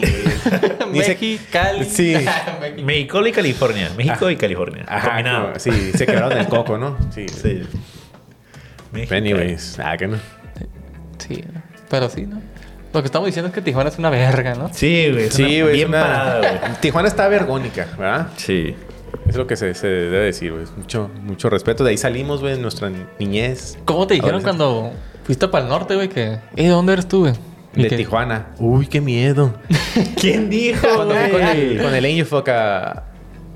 Speaker 2: güey. Ni se-
Speaker 3: Mexicali.
Speaker 2: Sí.
Speaker 1: México y California. México y California.
Speaker 2: Ah. Ajá,
Speaker 1: Combinado.
Speaker 2: como- sí, se quedaron el coco, ¿no? Sí.
Speaker 1: Sí. México.
Speaker 2: Anyways, ah, que no.
Speaker 3: Sí, pero sí, ¿no? Lo que estamos diciendo es que Tijuana es una verga, ¿no?
Speaker 1: Sí, güey. es
Speaker 2: Sí,
Speaker 1: una-
Speaker 2: güey. es
Speaker 1: Bien
Speaker 2: una-
Speaker 1: parada, güey.
Speaker 2: Tijuana está vergónica, ¿verdad?
Speaker 1: Sí.
Speaker 2: Es lo que se, se debe decir, güey. Es Mucho, mucho respeto. De ahí salimos, güey, en nuestra niñez.
Speaker 3: ¿Cómo te dijeron
Speaker 2: Adolescencia.
Speaker 3: cuando fuiste para el norte, güey, que, eh, ¿de dónde eres tú, güey? Y
Speaker 2: De
Speaker 3: que-
Speaker 2: Tijuana. Uy, qué miedo.
Speaker 1: ¿Quién dijo?
Speaker 3: Cuando fui con el-
Speaker 2: Con el Angel Fuck a-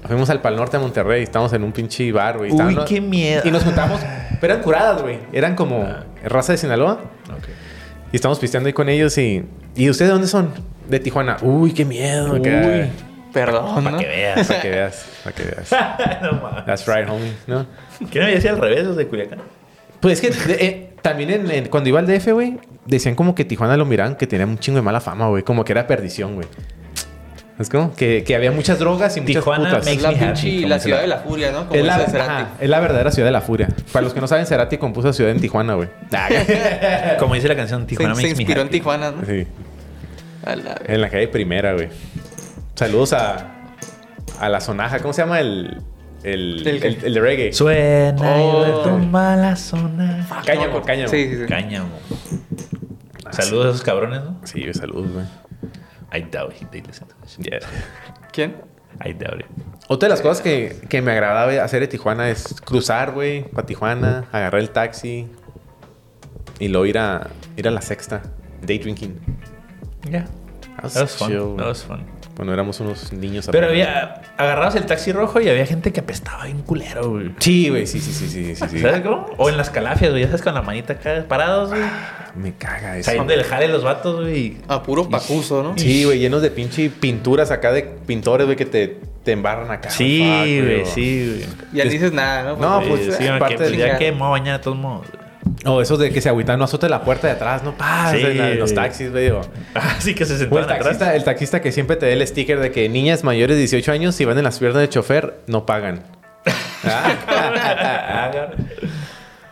Speaker 2: Fuimos al Pal Norte a Monterrey. Estábamos en un pinche bar, güey. Estaban-
Speaker 1: Uy, qué miedo. Ah.
Speaker 2: Y nos juntamos. Pero eran curadas, güey. Eran como raza de Sinaloa. Y estábamos pisteando ahí con ellos y... ¿Y ustedes de dónde son? De Tijuana. Uy, qué miedo. acá.
Speaker 3: Uy, perdón,
Speaker 1: Para
Speaker 3: ¿no?
Speaker 1: que veas.
Speaker 2: Para que veas. Para que veas.
Speaker 1: no mames.
Speaker 2: That's right, homie. ¿No?
Speaker 1: ¿Qué no había sido al revés los de Culiacán?
Speaker 2: Pues es que de- eh, también en- en- cuando iba al DF, güey, decían como que Tijuana lo miraban que tenía un chingo de mala fama, güey. Como que era perdición, güey. Es como que, que había muchas drogas y muchas
Speaker 1: Tijuana,
Speaker 2: putas.
Speaker 1: Mex-
Speaker 3: La
Speaker 1: Sí,
Speaker 3: pinche,
Speaker 1: happy,
Speaker 3: la
Speaker 1: como
Speaker 3: ciudad
Speaker 1: se
Speaker 3: de la furia, ¿no? Como
Speaker 2: Es la,
Speaker 3: dice Cerati.
Speaker 2: ajá, es la verdadera ciudad de la furia. Para los que no saben, Cerati compuso Ciudad en Tijuana, güey. Ah,
Speaker 1: Como dice la canción
Speaker 3: Se-
Speaker 1: Tijuana
Speaker 3: se,
Speaker 1: makes me
Speaker 3: inspiró en
Speaker 1: happy.
Speaker 3: Tijuana, ¿no?
Speaker 2: sí.
Speaker 3: A la verga.
Speaker 2: En la calle primera, güey. Saludos a, a la sonaja. ¿Cómo se llama el, El,
Speaker 3: ¿El
Speaker 2: el,
Speaker 3: qué?
Speaker 2: el de reggae.
Speaker 1: Suena
Speaker 2: Oh.
Speaker 1: y retumba la zona.
Speaker 2: cáñamo, cáñamo.
Speaker 3: Sí, sí, sí.
Speaker 1: Cáñamo. Saludos a esos cabrones, ¿no?
Speaker 2: Sí, güey, saludos, güey.
Speaker 1: I doubt it. They listen to this shit.
Speaker 2: Yeah.
Speaker 3: ¿Quién?
Speaker 1: I doubt it.
Speaker 2: Otra de las cosas que, que me agradaba güey, hacer de Tijuana es cruzar, güey, para Tijuana, agarrar el taxi y luego ir a, ir a la sexta, day drinking.
Speaker 1: Yeah.
Speaker 2: That was
Speaker 1: That was fun.
Speaker 2: chill, güey.
Speaker 1: That was fun.
Speaker 2: Bueno, éramos unos niños.
Speaker 1: Pero
Speaker 2: apenas.
Speaker 1: había... Agarrabas el taxi rojo y había gente que apestaba bien culero, güey.
Speaker 2: Sí, güey, sí, sí, sí, sí, sí. sí.
Speaker 1: ¿Sabes cómo? O en las calafias, güey. Ya sabes, con la manita acá parados, güey.
Speaker 2: Ah, Me caga eso.
Speaker 1: Saliendo del jale los vatos, güey.
Speaker 3: A puro pacuso, ¿no?
Speaker 2: Sí, güey, llenos de pinche pinturas acá de pintores, güey, que te, te embarran acá. Fuck,
Speaker 1: Sí, Ah, güey, sí, güey.
Speaker 3: Ya ni dices nada, ¿no?
Speaker 2: No,
Speaker 3: Porque-
Speaker 2: pues,
Speaker 1: Sí, sí,
Speaker 2: parte
Speaker 1: que, pues,
Speaker 2: del-
Speaker 1: ya que me voy a bañar de todos modos. güey.
Speaker 2: O esos de que se agüitan, no azote la puerta de atrás, no pasa.
Speaker 1: Sí,
Speaker 2: en la- en los
Speaker 1: güey.
Speaker 2: taxis, güey. o-
Speaker 1: Así Ah, que se
Speaker 2: O el
Speaker 1: sentaron atrás.
Speaker 2: Pues, taxista, el taxista que siempre te da el sticker de que niñas mayores de 18 años, si van en las piernas del chofer, no pagan. Ah.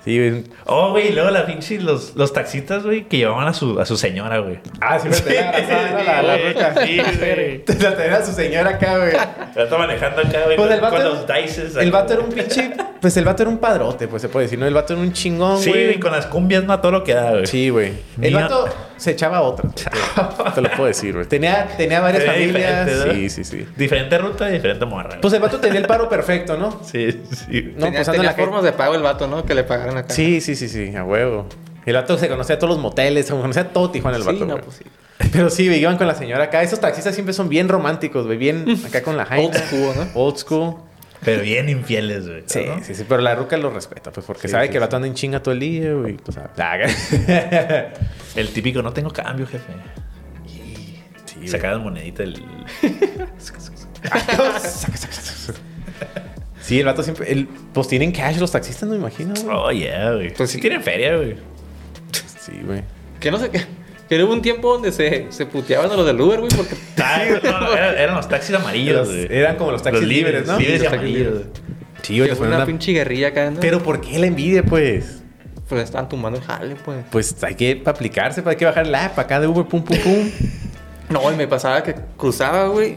Speaker 2: sí, güey.
Speaker 1: Oh, güey, y luego la pinche, los, los taxistas, güey, que llevaban a su, a su señora, güey.
Speaker 2: Ah, siempre te da la, la, la
Speaker 1: güey,
Speaker 2: ruca.
Speaker 1: sí, güey.
Speaker 2: Te la tenía su señora acá, güey.
Speaker 1: La está manejando acá, güey,
Speaker 2: Pues
Speaker 1: con,
Speaker 2: el vato,
Speaker 1: con
Speaker 2: era-
Speaker 1: los dices.
Speaker 2: el
Speaker 1: acá.
Speaker 2: vato era un pinche. Pues el vato era un padrote, pues se puede decir, ¿no? El vato era un chingón,
Speaker 1: Sí,
Speaker 2: güey.
Speaker 1: güey, con las cumbias, no, a todo lo que da, güey.
Speaker 2: Sí, güey. El
Speaker 1: Mira.
Speaker 2: vato se echaba otra. Te, te lo puedo decir, güey. Tenía, tenía varias
Speaker 1: Era
Speaker 2: familias.
Speaker 1: diferente, ¿no?
Speaker 2: Sí, sí, sí.
Speaker 1: Diferente ruta, diferente morra. güey.
Speaker 2: Pues el vato tenía el paro perfecto, ¿no?
Speaker 1: sí, sí.
Speaker 2: No,
Speaker 3: tenía,
Speaker 2: pues, anda
Speaker 3: tenía
Speaker 2: la gente-
Speaker 3: formas de pago el vato, ¿no? Que le pagaran acá.
Speaker 2: Sí, sí, sí, sí, a huevo. El vato se conocía a todos los moteles, se conocía a todo Tijuana el
Speaker 3: Sí,
Speaker 2: vato.
Speaker 3: no,
Speaker 2: güey.
Speaker 3: pues sí.
Speaker 2: Pero sí, güey, iban con la señora acá. Esos taxistas siempre son bien románticos, güey. Bien acá con la jaina.
Speaker 3: Old school, ¿no?
Speaker 2: Old school.
Speaker 1: Pero bien infieles, güey.
Speaker 2: Sí,
Speaker 1: ¿no?
Speaker 2: sí, sí. Pero la ruca lo respeta, pues, porque
Speaker 1: Sí,
Speaker 2: sabe
Speaker 1: sí,
Speaker 2: que el vato anda en chinga todo el día, güey. pues, ah, Tú sabes.
Speaker 1: El típico, no tengo cambio, jefe.
Speaker 2: Sí, güey.
Speaker 1: Sacaba la monedita del...
Speaker 2: Sí, el vato siempre... el- pues tienen cash los taxistas, no me imagino, güey.
Speaker 1: Oh, yeah, güey.
Speaker 3: Pues
Speaker 1: Pues
Speaker 3: sí.
Speaker 1: sí tienen feria, güey.
Speaker 2: Sí, güey.
Speaker 3: Que no sé qué. Que hubo un tiempo donde se, se puteaban a los del Uber, güey, porque.
Speaker 1: Ah, no, eran, eran los taxis amarillos,
Speaker 2: Los-
Speaker 1: güey.
Speaker 2: eran como los taxis
Speaker 1: Los
Speaker 2: libres, ¿no?
Speaker 1: Libres y
Speaker 3: Los taxis
Speaker 1: amarillos.
Speaker 3: libres.
Speaker 2: Sí,
Speaker 3: que
Speaker 2: güey.
Speaker 3: fue
Speaker 2: les
Speaker 3: una,
Speaker 2: ponen una-
Speaker 3: pinche guerrilla acá, ¿no?
Speaker 2: Pero ¿por qué la envidia, pues?
Speaker 3: Pues le estaban tumbando el jale, pues.
Speaker 2: Pues hay que pa' aplicarse, pues, hay que bajar la app acá de Uber, pum, pum, pum.
Speaker 3: No, y me pasaba que cruzaba, güey,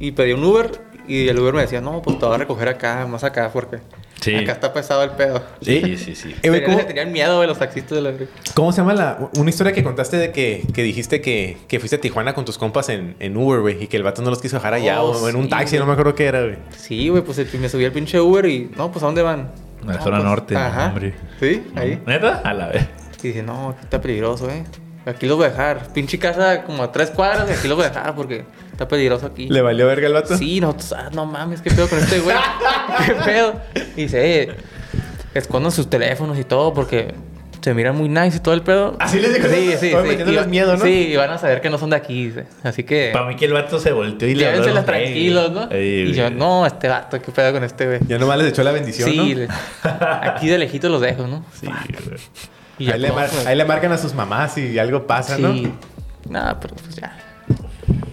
Speaker 3: y pedí un Uber. Y el Uber me decía, no, pues te voy a recoger acá, más acá, porque
Speaker 1: Sí.
Speaker 3: acá está pesado el pedo.
Speaker 1: Sí, sí, sí.
Speaker 2: Eh, güey,
Speaker 3: Tenían-
Speaker 2: ¿cómo-
Speaker 3: le tenían miedo, güey, los taxistas de la verga.
Speaker 2: ¿Cómo se llama la, una historia que contaste de que, que dijiste que, que fuiste a Tijuana con tus compas en, en Uber, güey? Y que el vato no los quiso dejar allá
Speaker 3: Oh,
Speaker 2: o en un
Speaker 3: sí,
Speaker 2: taxi,
Speaker 3: güey.
Speaker 2: no me acuerdo qué era, güey.
Speaker 3: Sí, güey, pues el- me subí al pinche Uber y, no, pues ¿a dónde van?
Speaker 1: A la
Speaker 3: No,
Speaker 1: zona
Speaker 3: pues,
Speaker 1: norte, no,
Speaker 3: Ajá.
Speaker 1: hombre.
Speaker 3: Sí, ahí.
Speaker 1: ¿Neta? A la vez.
Speaker 3: Y dije, no, aquí está peligroso, eh. Aquí los voy a dejar. Pinche casa como a tres cuadras y aquí los voy a dejar porque está peligroso aquí.
Speaker 2: ¿Le valió verga el vato?
Speaker 3: Sí, nosotros, ah, no mames, qué pedo con este güey. qué pedo. Y dice, eh, escondan sus teléfonos y todo porque se miran muy nice y todo el pedo.
Speaker 2: Así les dijo,
Speaker 3: Sí,
Speaker 2: ¿no?
Speaker 3: sí,
Speaker 2: Como
Speaker 3: sí.
Speaker 2: metiéndoles
Speaker 3: Y-
Speaker 2: miedo, ¿no?
Speaker 3: Sí, y van a saber que no son de aquí, dice. Así que...
Speaker 1: Para mí que el vato se volteó y le habló.
Speaker 3: Llévenselas
Speaker 1: a los
Speaker 3: tranquilos, ¿no?
Speaker 1: reyes. Ey,
Speaker 3: y yo,
Speaker 1: güey.
Speaker 3: no, este vato, qué pedo con este güey.
Speaker 2: Ya nomás les echó la bendición,
Speaker 3: Sí,
Speaker 2: ¿no?
Speaker 3: le- aquí de lejito los dejo, ¿no?
Speaker 1: Sí, güey.
Speaker 3: Y ya
Speaker 2: ahí, le mar- ahí le marcan a sus mamás y algo pasa,
Speaker 3: sí.
Speaker 2: ¿no?
Speaker 3: Nada, pero pues ya.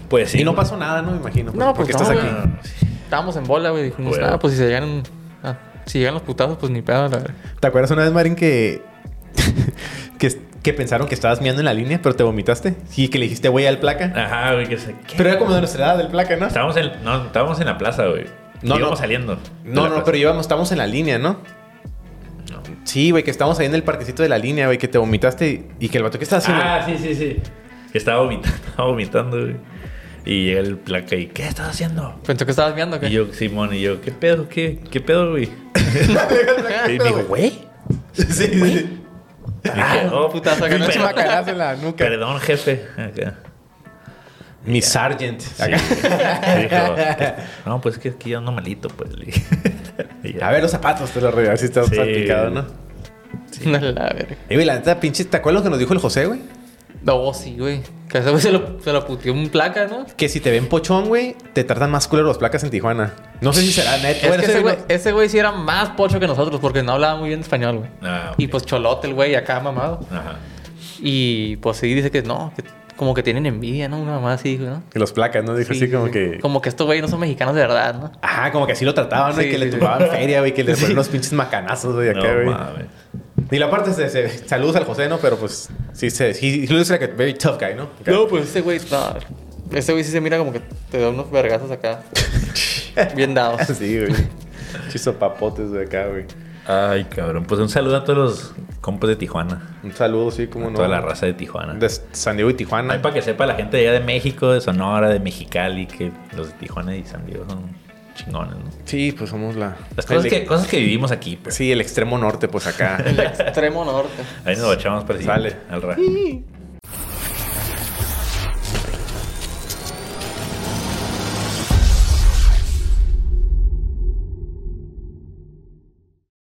Speaker 1: Pues sí.
Speaker 2: Y no
Speaker 1: güey. Ah,
Speaker 2: pasó nada, no me imagino.
Speaker 3: No,
Speaker 2: porque
Speaker 3: pues
Speaker 2: estás
Speaker 3: no,
Speaker 2: aquí.
Speaker 3: güey. Estábamos en bola, güey. Dijimos,
Speaker 1: Huevo.
Speaker 3: nada, pues si se llegan... ah, si llegan los putazos, pues ni pedo, la verdad.
Speaker 2: ¿Te acuerdas una vez, Marín, que, que, que pensaron que estabas miando en la línea, pero te vomitaste? Sí, que le dijiste güey al
Speaker 3: Ah,
Speaker 2: placa.
Speaker 1: Ajá, güey, que se... ¿qué?
Speaker 2: Pero era como de nuestra edad, el placa, ¿no?
Speaker 1: Estábamos en... No, estábamos en la plaza, güey.
Speaker 2: No,
Speaker 1: No, Íbamos
Speaker 2: no.
Speaker 1: saliendo.
Speaker 2: No, no, pero llevamos, estamos en la línea, ¿no?
Speaker 1: No.
Speaker 2: Sí, güey, que estamos ahí en el parquecito de la línea, güey, que te vomitaste y- y que el vato que estás haciendo.
Speaker 1: Ah, sí, sí, sí. Que estaba vomitando, estaba vomitando, güey. Y llega el placa y... ¿Qué estás haciendo?
Speaker 3: Pensó que estabas viendo
Speaker 1: Y
Speaker 3: que...
Speaker 1: yo, Simón, y yo... ¿Qué pedo? ¿Qué, qué pedo, güey? Y me dijo, güey.
Speaker 2: sí, sí, sí.
Speaker 1: Y
Speaker 2: Ah,
Speaker 1: dije, oh,
Speaker 3: putazo, que no
Speaker 1: perdón,
Speaker 3: se me
Speaker 2: Macanazo en la nuca.
Speaker 1: Perdón, jefe. Acá.
Speaker 2: Mi sergeant. Acá.
Speaker 1: Me dijo, no, pues es que aquí yo ando malito, pues. le dije. Y ya.
Speaker 2: A ver, los zapatos te los regalas si estás
Speaker 1: Sí.
Speaker 2: salpicado, ¿no?
Speaker 3: No, la verga.
Speaker 2: Y güey, la neta, pinche, ¿te acuerdas lo que nos dijo el José, güey?
Speaker 3: No, sí, güey. Que ese güey se lo, se lo puteó un placa, ¿no?
Speaker 2: Que si te ven pochón, güey, te tratan más culero los placas en Tijuana. No sé si será
Speaker 3: Es
Speaker 2: neto.
Speaker 3: que
Speaker 2: güey,
Speaker 3: ese
Speaker 2: ese
Speaker 3: güey,
Speaker 2: no-
Speaker 3: ese güey sí era más pocho que nosotros porque no hablaba muy bien español, güey.
Speaker 1: Ah, ok.
Speaker 3: Y pues cholote el güey acá mamado.
Speaker 1: Ajá.
Speaker 3: Y pues sí dice que no, que como que tienen envidia, ¿no? Una mamá así, dijo, ¿no?
Speaker 2: Que los placas, ¿no? Dijo
Speaker 3: Sí,
Speaker 2: así
Speaker 3: sí,
Speaker 2: como
Speaker 3: sí.
Speaker 2: que...
Speaker 3: Como que estos güeyes no son mexicanos de verdad, ¿no?
Speaker 2: Ajá, como que así lo trataban, ¿no?
Speaker 3: Sí,
Speaker 2: y que
Speaker 3: sí,
Speaker 2: le
Speaker 3: sí.
Speaker 2: tumbaban feria, güey, que le ponían unos pinches macanazos, güey, acá,
Speaker 1: No
Speaker 2: güey.
Speaker 1: mames.
Speaker 2: Y la parte se, se- saludos al José, ¿no? Pero pues sí se he, he looks like a very tough guy, ¿no? Acá.
Speaker 3: No, pues ese güey, no. Ese güey sí se mira como que te da unos vergazos acá. bien dados.
Speaker 2: Sí, güey. Chizo papotes de acá, güey.
Speaker 1: Ay, cabrón. Pues un saludo a todos los compas de Tijuana.
Speaker 2: Un saludo, sí, como no.
Speaker 1: Toda la raza de Tijuana.
Speaker 2: De San Diego y Tijuana.
Speaker 1: Ay, para que sepa la gente de allá de México, de Sonora, de Mexicali, que los de Tijuana y San Diego son chingones, ¿no?
Speaker 2: Sí, pues somos la.
Speaker 1: Las cosas
Speaker 2: el-
Speaker 1: que, cosas que vivimos aquí, pues.
Speaker 2: Sí, el extremo norte, pues acá.
Speaker 3: El extremo norte.
Speaker 1: Ahí nos bachamos para
Speaker 2: Sale.
Speaker 1: Al rato.